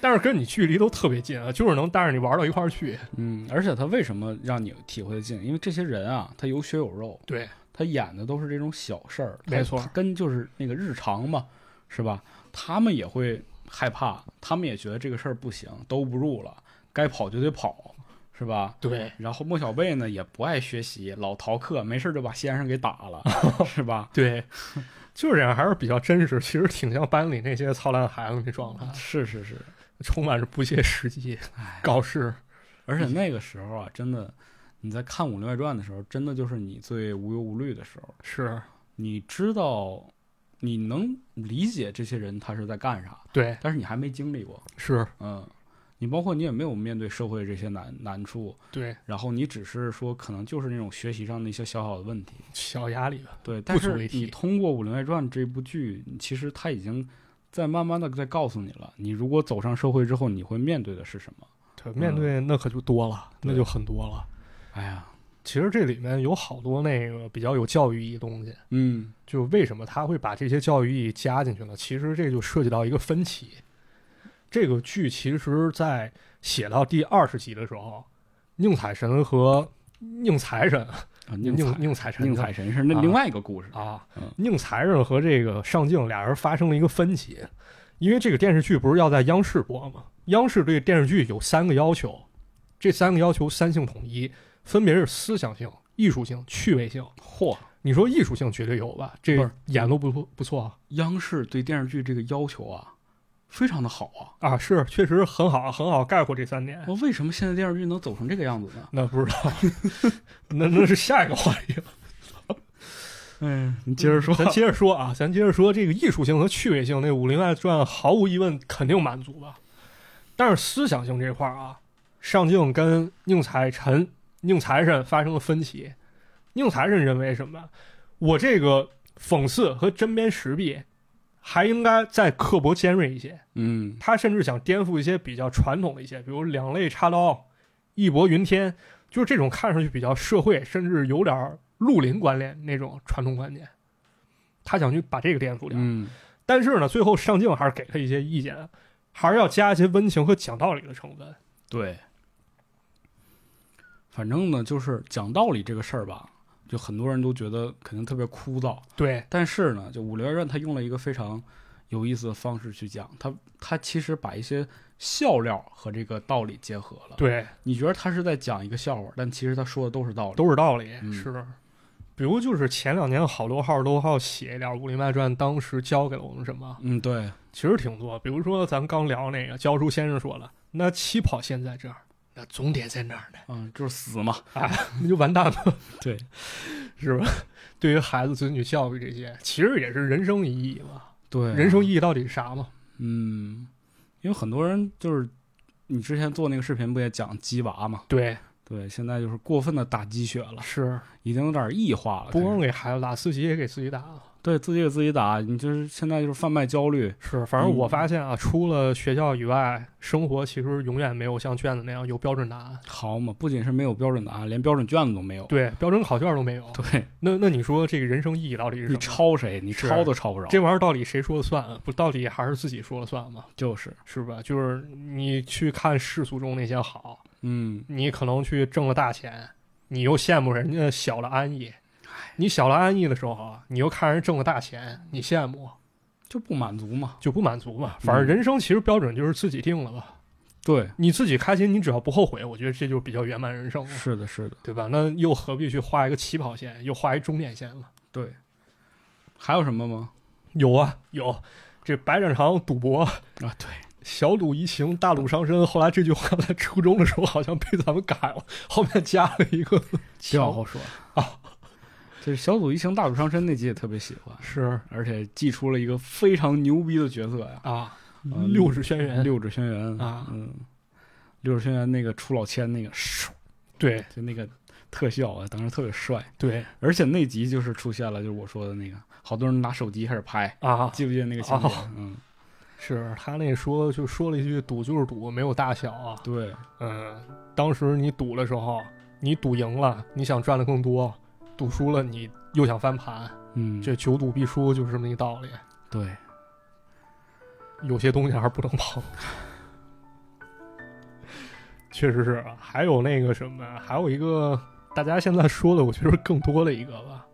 Speaker 2: 但是跟你距离都特别近啊，就是能带着你玩到一块儿去。
Speaker 3: 嗯，而且他为什么让你体会得进？因为这些人啊，他有血有肉，
Speaker 2: 对，
Speaker 3: 他演的都是这种小事儿，
Speaker 2: 没
Speaker 3: 他
Speaker 2: 错
Speaker 3: 他跟就是那个日常嘛，是吧？他们也会害怕，他们也觉得这个事儿不行，兜不住了，该跑就得跑，是吧？
Speaker 2: 对，
Speaker 3: 然后莫小贝呢也不爱学习，老逃课，没事儿就把先生给打 [laughs] 了，是吧？
Speaker 2: 对，就是这样，还是比较真实。其实挺像班里那些操蛋孩子那状态。
Speaker 3: 是是是，
Speaker 2: 充满着不切实际
Speaker 3: 哎，
Speaker 2: 搞事。嗯
Speaker 3: 而且那个时候啊，真的，你在看《武林外传》的时候，真的就是你最无忧无虑的时候。
Speaker 2: 是，
Speaker 3: 你知道，你能理解这些人他是在干啥，
Speaker 2: 对，
Speaker 3: 但是你还没经历过，
Speaker 2: 是，
Speaker 3: 嗯，你包括你也没有面对社会这些难难处，
Speaker 2: 对，
Speaker 3: 然后你只是说可能就是那种学习上的一些小小的问题，
Speaker 2: 小压力吧。
Speaker 3: 对，但
Speaker 2: 足
Speaker 3: 是
Speaker 2: 为
Speaker 3: 你
Speaker 2: 提
Speaker 3: 通过《武林外传》这部剧，其实它已经在慢慢的在告诉你了，你如果走上社会之后，你会面对的是什么？
Speaker 2: 对，面对那可就多了，那就很多了。
Speaker 3: 哎呀，
Speaker 2: 其实这里面有好多那个比较有教育意义的东西，
Speaker 3: 嗯，
Speaker 2: 就为什么他会把这些教育意义加进去呢？其实这就涉及到一个分歧。这个剧其实，在写到第二十集的时候，宁采臣和宁财神，
Speaker 3: 啊宁
Speaker 2: 宁
Speaker 3: 采
Speaker 2: 宁采臣，
Speaker 3: 宁采臣是那
Speaker 2: 啊
Speaker 3: 另外一个故事，
Speaker 2: 啊
Speaker 3: 嗯，
Speaker 2: 宁财神和这个上镜俩人发生了一个分歧，因为这个电视剧不是要在央视播吗？央视对电视剧有三个要求，这三个要求三性统一，分别是思想性、艺术性、趣味性。
Speaker 3: 嚯！
Speaker 2: 你说艺术性绝对有吧？这
Speaker 3: 不是
Speaker 2: 演的不错不错啊
Speaker 3: 央视对电视剧这个要求啊，非常的好啊。
Speaker 2: 啊，是确实很好，很好概括这三点。
Speaker 3: 我为什么现在电视剧能走成这个样子呢？
Speaker 2: 那不知道， [laughs] 那那是下一个话题了。
Speaker 3: 嗯，你接着说
Speaker 2: 咱接着说啊，咱接着说这个艺术性和趣味性，那《武林外传》毫无疑问肯定满足吧。但是思想性这块儿啊，上镜跟宁采臣、宁财神发生了分歧。宁财神认为什么？我这个讽刺和针砭时弊，还应该再刻薄尖锐一些。
Speaker 3: 嗯，
Speaker 2: 他甚至想颠覆一些比较传统的一些，比如两肋插刀、义薄云天，就是这种看上去比较社会，甚至有点儿绿林观念那种传统观念。他想去把这个颠覆掉，
Speaker 3: 嗯，
Speaker 2: 但是呢，最后上镜还是给他一些意见，还是要加一些温情和讲道理的成分。
Speaker 3: 对。反正呢，就是讲道理这个事儿吧，就很多人都觉得肯定特别枯燥。
Speaker 2: 对，
Speaker 3: 但是呢，就《武林外传》他用了一个非常有意思的方式去讲，他他其实把一些笑料和这个道理结合了。，
Speaker 2: 对，
Speaker 3: 你觉得他是在讲一个笑话，但其实他说的都是道理。
Speaker 2: 都是道理，
Speaker 3: 嗯
Speaker 2: 是的。比如就是前两年好多号都好写一点《武林外传》，当时教给了我们什么，
Speaker 3: 嗯，对，
Speaker 2: 其实挺多，比如说咱刚聊那个教书先生说了，那起跑线在这儿，那终点在哪儿 [laughs] 呢？
Speaker 3: 嗯，就是死嘛。
Speaker 2: 那就完蛋了，
Speaker 3: 对，
Speaker 2: [laughs] 是吧？对于孩子子女教育这些，其实也是人生意义嘛。
Speaker 3: 对啊，
Speaker 2: 人生意义到底是啥嘛？
Speaker 3: 嗯，因为很多人就是你之前做那个视频不也讲鸡娃嘛？
Speaker 2: 对，
Speaker 3: 对，现在就是过分的打鸡血了，
Speaker 2: 是
Speaker 3: 已经有点异化了。
Speaker 2: 不
Speaker 3: 开
Speaker 2: 光
Speaker 3: 始
Speaker 2: 给孩子打，自己也给自己打啊了。
Speaker 3: 对自己给自己打，你就是现在就是贩卖焦虑。
Speaker 2: 是，反正我发现啊，除了学校以外，生活其实永远没有像卷子那样有标准答案。
Speaker 3: 好嘛，不仅是没有标准答案，连标准卷子都没有。
Speaker 2: 对，标准考卷都没有。
Speaker 3: 对，
Speaker 2: 那那你说这个人生意义到底是什
Speaker 3: 你
Speaker 2: 么？
Speaker 3: 抄谁？你
Speaker 2: 是
Speaker 3: 抄都抄不着。
Speaker 2: 这玩意儿到底谁说了算啊？不，到底还是自己说了算嘛？
Speaker 3: 就是，
Speaker 2: 是吧？就是你去看世俗中那些好，
Speaker 3: 嗯，
Speaker 2: 你可能去挣了大钱，你又羡慕人家小了安逸。你小了安逸的时候啊，你又看人挣了大钱，你羡慕
Speaker 3: 就不满足嘛。
Speaker 2: 就不满足嘛。反正人生其实标准就是自己定了吧。
Speaker 3: 对，
Speaker 2: 你自己开心，你只要不后悔，我觉得这就比较圆满人生了，
Speaker 3: 是的，是的，
Speaker 2: 对吧？那又何必去画一个起跑线，又画一终点线了？
Speaker 3: 对。还有什么吗？
Speaker 2: 有啊，有，这白展堂赌博，
Speaker 3: 啊，对，
Speaker 2: 小赌怡情，大赌伤身。后来这句话在初中的时候好像被咱们改了，后面加了一个
Speaker 3: 别往后说哦
Speaker 2: 啊。
Speaker 3: 就是小组一行大主上身那集也特别喜欢，
Speaker 2: 是
Speaker 3: 而且祭出了一个非常牛逼的角色呀，
Speaker 2: 啊，
Speaker 3: 呃
Speaker 2: 六指轩辕，
Speaker 3: 六指轩辕
Speaker 2: 啊
Speaker 3: 嗯，六指轩辕那个出老千那个，唰
Speaker 2: 对
Speaker 3: 就那个特效啊，当时特别帅。
Speaker 2: 对
Speaker 3: 而且那集就是出现了，就是我说的那个，好多人拿手机开始拍，
Speaker 2: 啊，
Speaker 3: 记不记得那个情节？
Speaker 2: 哦
Speaker 3: 嗯，
Speaker 2: 是他那说就说了一句赌就是赌，没有大小啊。
Speaker 3: 对，
Speaker 2: 嗯，当时你赌的时候，你赌赢了，你想赚的更多；赌输了，你又想翻盘。
Speaker 3: 嗯，
Speaker 2: 这久赌必输就是这么一道理。啊
Speaker 3: 对，
Speaker 2: 有些东西还是不能碰。确实是啊，还有那个什么，还有一个大家现在说的，我觉得更多的一个吧。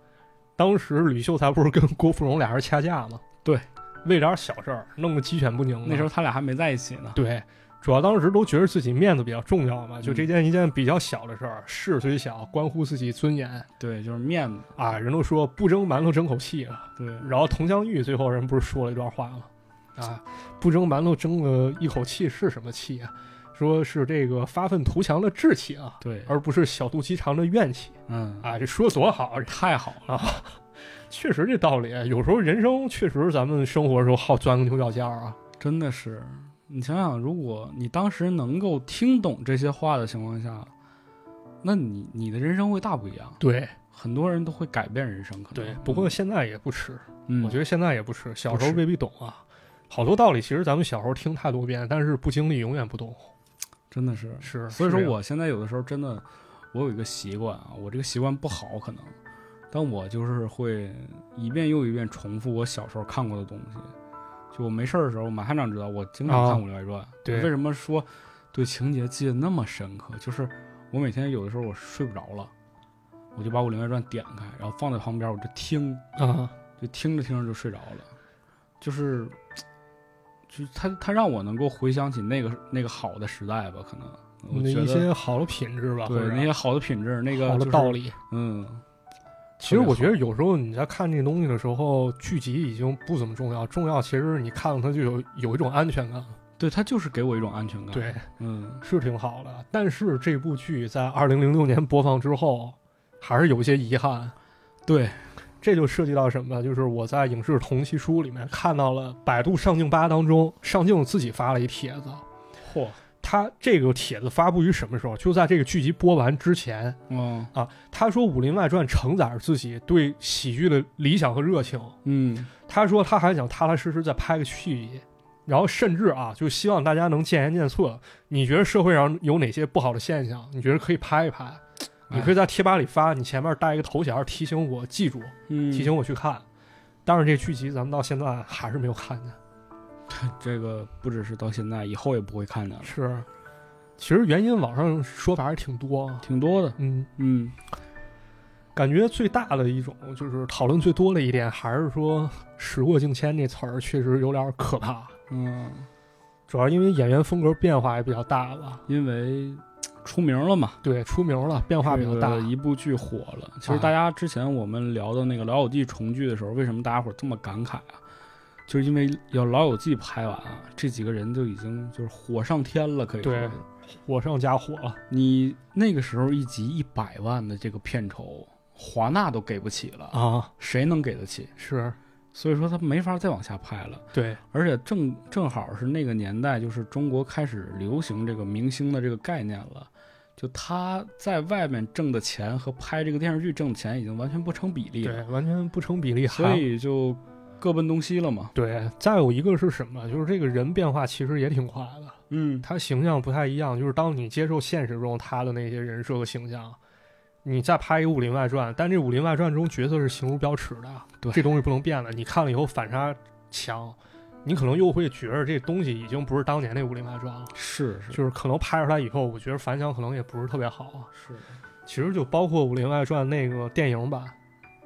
Speaker 2: 当时吕秀才不是跟郭芙蓉俩人掐架吗？
Speaker 3: 对，
Speaker 2: 为点小事儿弄个鸡犬不宁嘛。
Speaker 3: 那时候他俩还没在一起呢。
Speaker 2: 对，主要当时都觉得自己面子比较重要嘛，就
Speaker 3: 嗯
Speaker 2: 这件一件比较小的事儿，事虽小，关乎自己尊严
Speaker 3: 对，就是面子。
Speaker 2: 啊。人都说不争馒头争口气啊，
Speaker 3: 对，
Speaker 2: 然后佟湘玉最后人不是说了一段话吗？啊，不争馒头争了一口气是什么气啊？说是这个发愤图强的志气啊，
Speaker 3: 对，
Speaker 2: 而不是小肚鸡肠的怨气
Speaker 3: 嗯，
Speaker 2: 啊！这说多好，
Speaker 3: 太好了。
Speaker 2: [laughs] 确实这道理。有时候人生确实咱们生活的时候好钻个牛角尖儿啊。
Speaker 3: 真的是，你想想，如果你当时能够听懂这些话的情况下，那你你的人生会大不一样。
Speaker 2: 对
Speaker 3: 很多人都会改变人生，可能。
Speaker 2: 对，不过现在也不迟，
Speaker 3: 嗯，
Speaker 2: 我觉
Speaker 3: 得
Speaker 2: 得现在也不迟，小时候
Speaker 3: 不迟
Speaker 2: 未必懂啊。好多道理其实咱们小时候听太多遍，但是不经历永远不懂。
Speaker 3: 真的是。
Speaker 2: 是，
Speaker 3: 所以说，
Speaker 2: 是这样
Speaker 3: 我现在有的时候真的，我有一个习惯啊，我这个习惯不好可能，但我就是会一遍又一遍重复我小时候看过的东西。就我没事儿的时候，马探长知道我经常
Speaker 2: 啊
Speaker 3: 看《武林外传》
Speaker 2: 对
Speaker 3: 为什么说对情节记得那么深刻？就是我每天有的时候我睡不着了，我就把《武林外传》点开，然后放在旁边，我就听，
Speaker 2: 啊，
Speaker 3: 就听着听着就睡着了，就是，就是他他让我能够回想起那个那个好的时代吧，可能我
Speaker 2: 那
Speaker 3: 觉
Speaker 2: 一
Speaker 3: 得
Speaker 2: 些好的品质吧，或
Speaker 3: 对
Speaker 2: 者
Speaker 3: 那些好的品质，那个、
Speaker 2: 好的道，理。
Speaker 3: 嗯，
Speaker 2: 其实我觉得
Speaker 3: 有
Speaker 2: 有时候你在看这东西的时候，剧集已经不怎么重要，重要其实你看了它就有有一种安全感，
Speaker 3: 对他就是给我一种安全感，，
Speaker 2: 对，
Speaker 3: 嗯，
Speaker 2: 是挺好的。但是这部剧在二零零六年播放之后，还是有一些遗憾。
Speaker 3: 对，
Speaker 2: 这就涉及到什么？就是我在影视同期书里面看到了百度上镜吧当中，上镜自己发了一帖子，
Speaker 3: 嚯，
Speaker 2: 他这个帖子发布于什么时候？就在这个剧集播完之前
Speaker 3: 嗯
Speaker 2: 啊。他说《武林外传》承载着自己对喜剧的理想和热情。
Speaker 3: 嗯，
Speaker 2: 他说他还想踏踏实实再拍个续集，然后甚至啊，就希望大家能见贤见策。你觉得社会上有哪些不好的现象？你觉得可以拍一拍？你可以在贴吧里发，你前面带一个头衔儿提醒我记住，
Speaker 3: 嗯
Speaker 2: 提醒我去看。但是这剧集咱们到现在还是没有看见。
Speaker 3: 这个不只是到现在，以后也不会看见了，
Speaker 2: 是，其实原因网上说法还挺多啊。
Speaker 3: 挺多的，
Speaker 2: 嗯，
Speaker 3: 嗯，
Speaker 2: 感觉最大的一种就是讨论最多的一点，还是说“时过境迁”这词儿确实有点可怕。
Speaker 3: 嗯，
Speaker 2: 主要因为演员风格变化也比较大吧，
Speaker 3: 因为出名了嘛，
Speaker 2: 对，出名了，变化比较大
Speaker 3: 这个。一部剧火了。其实
Speaker 2: 啊
Speaker 3: 大家之前我们聊到那个《老友记》重聚的时候，为什么大家伙这么感慨啊？就是因为要《老友记》拍完啊，这几个人就已经就是火上天了，可以说
Speaker 2: 对
Speaker 3: 是。
Speaker 2: 火上加火了，
Speaker 3: 你那个时候一集一百万的这个片酬，华纳都给不起了，
Speaker 2: 啊，
Speaker 3: 谁能给得起？
Speaker 2: 是
Speaker 3: 所以说他没法再往下拍了。
Speaker 2: 对
Speaker 3: 而且正正好是那个年代，就是中国开始流行这个明星的这个概念了。就他在外面挣的钱和拍这个电视剧挣的钱已经完全不成比例了，
Speaker 2: 对，完全不成比例。
Speaker 3: 所
Speaker 2: 还
Speaker 3: 以就各奔东西了嘛。
Speaker 2: 对，再有一个是什么？就是这个人变化其实也挺快的，
Speaker 3: 嗯，
Speaker 2: 他形象不太一样。就是当你接受现实中他的那些人设和形象，你再拍一个《武林外传》，但这《武林外传》中角色是形如标尺的，
Speaker 3: 对
Speaker 2: 这东西不能变的。你看了以后反差强，你可能又会觉得这东西已经不是当年那《武林外传》了。
Speaker 3: 是是
Speaker 2: 就是可能拍出来以后，我觉得反响可能也不是特别好啊。
Speaker 3: 是，
Speaker 2: 其实就包括《武林外传》那个电影版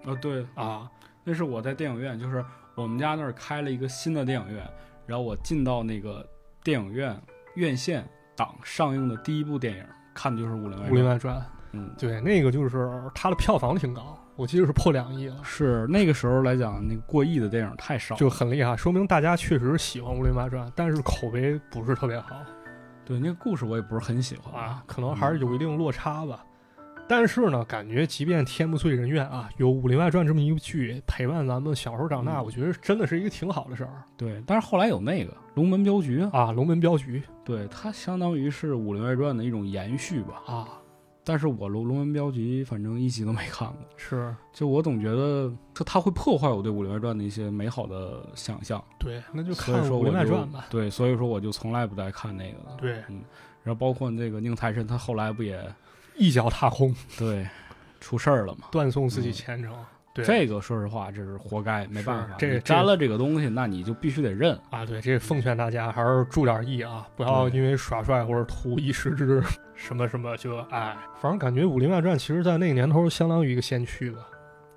Speaker 3: 啊对，
Speaker 2: 啊，
Speaker 3: 那是我在电影院，就是我们家那儿开了一个新的电影院，然后我进到那个电影院院线档上映的第一部电影，看的就是《武林外
Speaker 2: 《武林
Speaker 3: 传》。
Speaker 2: 外传》，
Speaker 3: 嗯，
Speaker 2: 对，那个就是它的票房挺高，我记得是破两亿了，
Speaker 3: 是那个时候来讲，那个过亿的电影太少。
Speaker 2: 就很厉害，说明大家确实喜欢《武林外传》，但是口碑不是特别
Speaker 3: 啊
Speaker 2: 好
Speaker 3: 对那个故事我也不是很喜欢
Speaker 2: 啊，可能还是有一定落差吧。但是呢，感觉即便天不遂人愿啊，有《武林外传》这么一部剧陪伴咱们小时候长大，
Speaker 3: 嗯
Speaker 2: 我觉得真的是一个挺好的事儿
Speaker 3: 对，但是后来有那个《龙门镖局》啊，
Speaker 2: 啊。龙门镖局
Speaker 3: 对，它相当于是《武林外传》的一种延续吧。
Speaker 2: 啊，
Speaker 3: 但是我《龙龙门镖局》反正一集都没看过，
Speaker 2: 是
Speaker 3: 就我总觉得它它会破坏我对《武林外传》的一些美好的想象。
Speaker 2: 对，那就
Speaker 3: 所
Speaker 2: 看
Speaker 3: 以
Speaker 2: 《
Speaker 3: 说
Speaker 2: 武
Speaker 3: 我
Speaker 2: 林外传
Speaker 3: 就》
Speaker 2: 吧。
Speaker 3: 对，所以说我就从来不再看那个了。
Speaker 2: 对，
Speaker 3: 然后包括那个宁财神，他后来不也
Speaker 2: 一脚踏空，
Speaker 3: 对出事儿了嘛？
Speaker 2: 断送自己前
Speaker 3: 嗯
Speaker 2: 程。对，
Speaker 3: 这个说实话，这是活该，没办法。
Speaker 2: 这
Speaker 3: 你
Speaker 2: 这
Speaker 3: 沾了这个东西，那你就必须得认。
Speaker 2: 啊，对，这奉劝大家还是注点意啊，不要
Speaker 3: 对
Speaker 2: 因为耍帅或者图一时之 [laughs] 什么什么就哎，反正感觉《武林外传》其实在那个年头相当于一个先驱吧，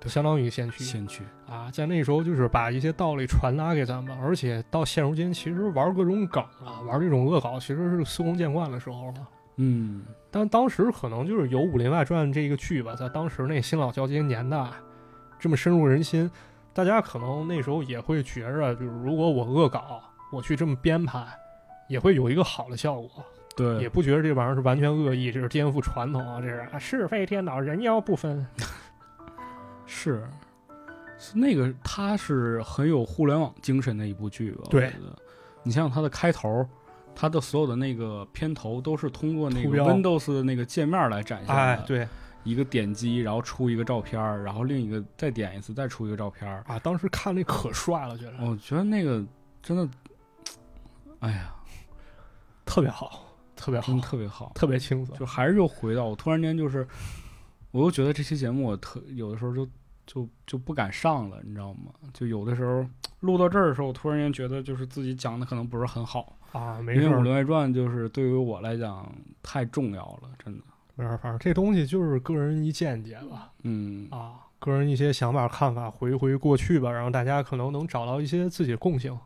Speaker 2: 相当于一个先驱
Speaker 3: 先去，
Speaker 2: 啊，在那时候就是把一些道理传达给咱们，而且到现如今，其实玩各种梗啊，玩这种恶搞，其实是司空见惯的时候了。
Speaker 3: 嗯，
Speaker 2: 但当时可能就是有《武林外传》这个剧吧，在当时那新老交接年代，这么深入人心，大家可能那时候也会觉着，就是如果我恶搞，我去这么编排，也会有一个好的效果，也
Speaker 3: 对，
Speaker 2: 不觉得这玩意儿是完全恶意，这是颠覆传统啊，这是啊是非颠倒，人妖不分。
Speaker 3: 是。是那个，它是很有互联网精神的一部剧吧？我
Speaker 2: 对
Speaker 3: 觉得，你像它的开头，它的所有的那个片头都是通过那
Speaker 2: 图
Speaker 3: 个
Speaker 2: 标
Speaker 3: Windows 的那个界面来展现的。
Speaker 2: 哎，对
Speaker 3: 一个点击，然后出一个照片儿，然后另一个再点一次，再出一个照片儿。
Speaker 2: 啊，当时看那可帅了，觉得
Speaker 3: 我觉得那个真的，哎呀，
Speaker 2: 特别好，特别好
Speaker 3: 真的，特别好。
Speaker 2: 特别清楚。
Speaker 3: 嗯就还是又回到我突然间就是，我又觉得这期节目我特有的时候就就就不敢上了，你知道吗？就有的时候录到这儿的时候，我突然间觉得就是自己讲的可能不是很好，
Speaker 2: 啊，没
Speaker 3: 因为
Speaker 2: 事
Speaker 3: 《
Speaker 2: 儿
Speaker 3: 武，林外传》就是对于我来讲太重要了，真的。
Speaker 2: 没事儿，反正这东西就是个人一见解吧。
Speaker 3: 嗯，
Speaker 2: 啊，个人一些想法、看法，回一回过去吧，然后大家可能能找到一些自己的共性。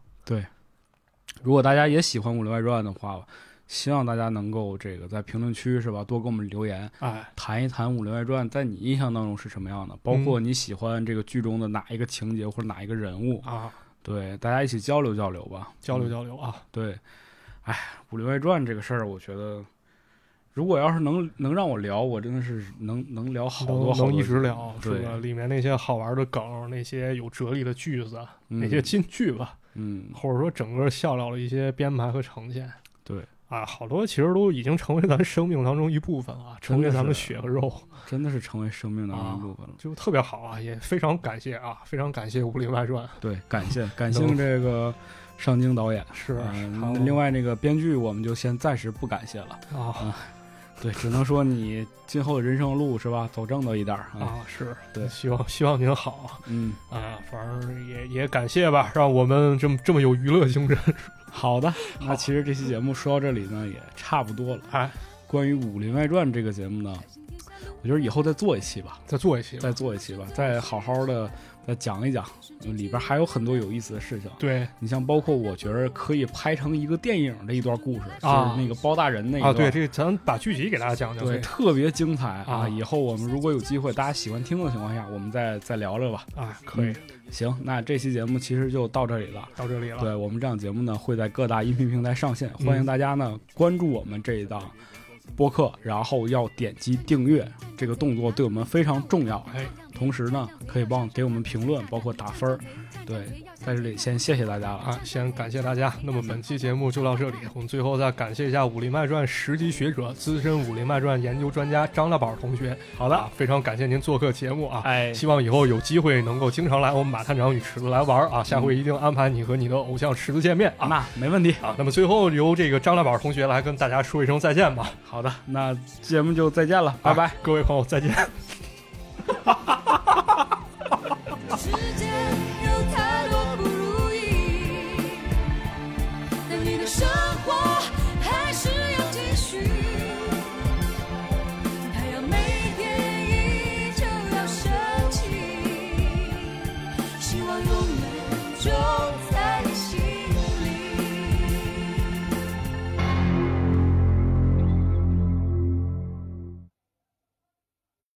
Speaker 3: 如果大家也喜欢《武林外传》的话，希望大家能够这个在评论区是吧，多给我们留言，
Speaker 2: 哎，
Speaker 3: 谈一谈《武林外传》在你印象当中是什么样的，包
Speaker 2: 嗯
Speaker 3: 括你喜欢这个剧中的哪一个情节或者哪一个人物，
Speaker 2: 啊，
Speaker 3: 对，大家一起交流交流吧，
Speaker 2: 交流
Speaker 3: 流。
Speaker 2: 交流啊，
Speaker 3: 对，哎，《武林外传》这个事儿，我觉得如果要是能能让我聊，我真的是能能聊好多
Speaker 2: 能
Speaker 3: 好多
Speaker 2: 能一直聊，是
Speaker 3: 对
Speaker 2: 吧？里面那些好玩的梗，那些有哲理的句子，
Speaker 3: 嗯
Speaker 2: 那些金句吧，
Speaker 3: 嗯，
Speaker 2: 或者说整个笑料的一些编排和呈现。
Speaker 3: 对，
Speaker 2: 啊，好多其实都已经成为咱生命当中一部分啊，成为
Speaker 3: 真的是
Speaker 2: 咱们血和肉，
Speaker 3: 真的是成为生命当
Speaker 2: 啊
Speaker 3: 中一部分了。
Speaker 2: 就特别好啊，也非常感谢啊，非常感谢《武林外传》
Speaker 3: 对，感谢感谢
Speaker 2: 能
Speaker 3: 这个上京导演。
Speaker 2: 是，
Speaker 3: 啊
Speaker 2: 他
Speaker 3: 那另外那个编剧，我们就先暂时不感谢了。
Speaker 2: 啊
Speaker 3: 对，只能说你今后的人生路是吧，走正道一点儿啊。
Speaker 2: 啊是，
Speaker 3: 对
Speaker 2: 希望希望您好啊。
Speaker 3: 嗯，
Speaker 2: 啊，反正也也感谢吧，让我们这么这么有娱乐精神。
Speaker 3: 好的。那其实这期节目说到这里呢，也差不多了。
Speaker 2: 哎，
Speaker 3: 关于《武林外传》这个节目呢，我觉得以后再做一期吧，
Speaker 2: [laughs] 再做一期吧。
Speaker 3: 再做一期吧，再好好的再讲一讲，里边还有很多有意思的事情。
Speaker 2: 对
Speaker 3: 你像包括我觉得可以拍成一个电影的一段故事，
Speaker 2: 啊
Speaker 3: 就是那个包大人那一
Speaker 2: 啊，
Speaker 3: 段。
Speaker 2: 对，这个咱把剧集给大家讲讲。
Speaker 3: 对，特别精彩
Speaker 2: 啊
Speaker 3: 啊！以后我们如果有机会，大家喜欢听的情况下，我们再再聊聊吧。嗯
Speaker 2: 啊，可以
Speaker 3: 行，那这期节目其实就到这里了。
Speaker 2: 到这里了。啊
Speaker 3: 对我们这档节目呢，会在各大音频平台上线，欢迎大家呢关注我们这一档播客，然后要点击订阅，这个动作对我们非常重要。
Speaker 2: 哎，
Speaker 3: 同时呢，可以帮给我们评论，包括打分儿。对，在这里先谢谢大家了。
Speaker 2: 啊，先感谢大家。那么本期节目就到这里，我们最后再感谢一下《武林外传》十级学者、资深《武林外传》研究专家张大宝同学。
Speaker 3: 好
Speaker 2: 好
Speaker 3: 的，
Speaker 2: 啊，非常感谢您做客节目啊。
Speaker 3: 哎
Speaker 2: 希望以后有机会能够经常来我们马探长与池子来玩儿啊，下回一定安排你和你的偶像池子见面啊。
Speaker 3: 那没问题。
Speaker 2: 啊，那么最后由这个张大宝同学来跟大家说一声再见吧。
Speaker 3: 好的，那节目就再见了，拜拜
Speaker 2: 啊。各位朋友，再见。
Speaker 6: 世界有太多不如意，但你的生活还是要继续。太阳每天依旧要升起，希望永远就在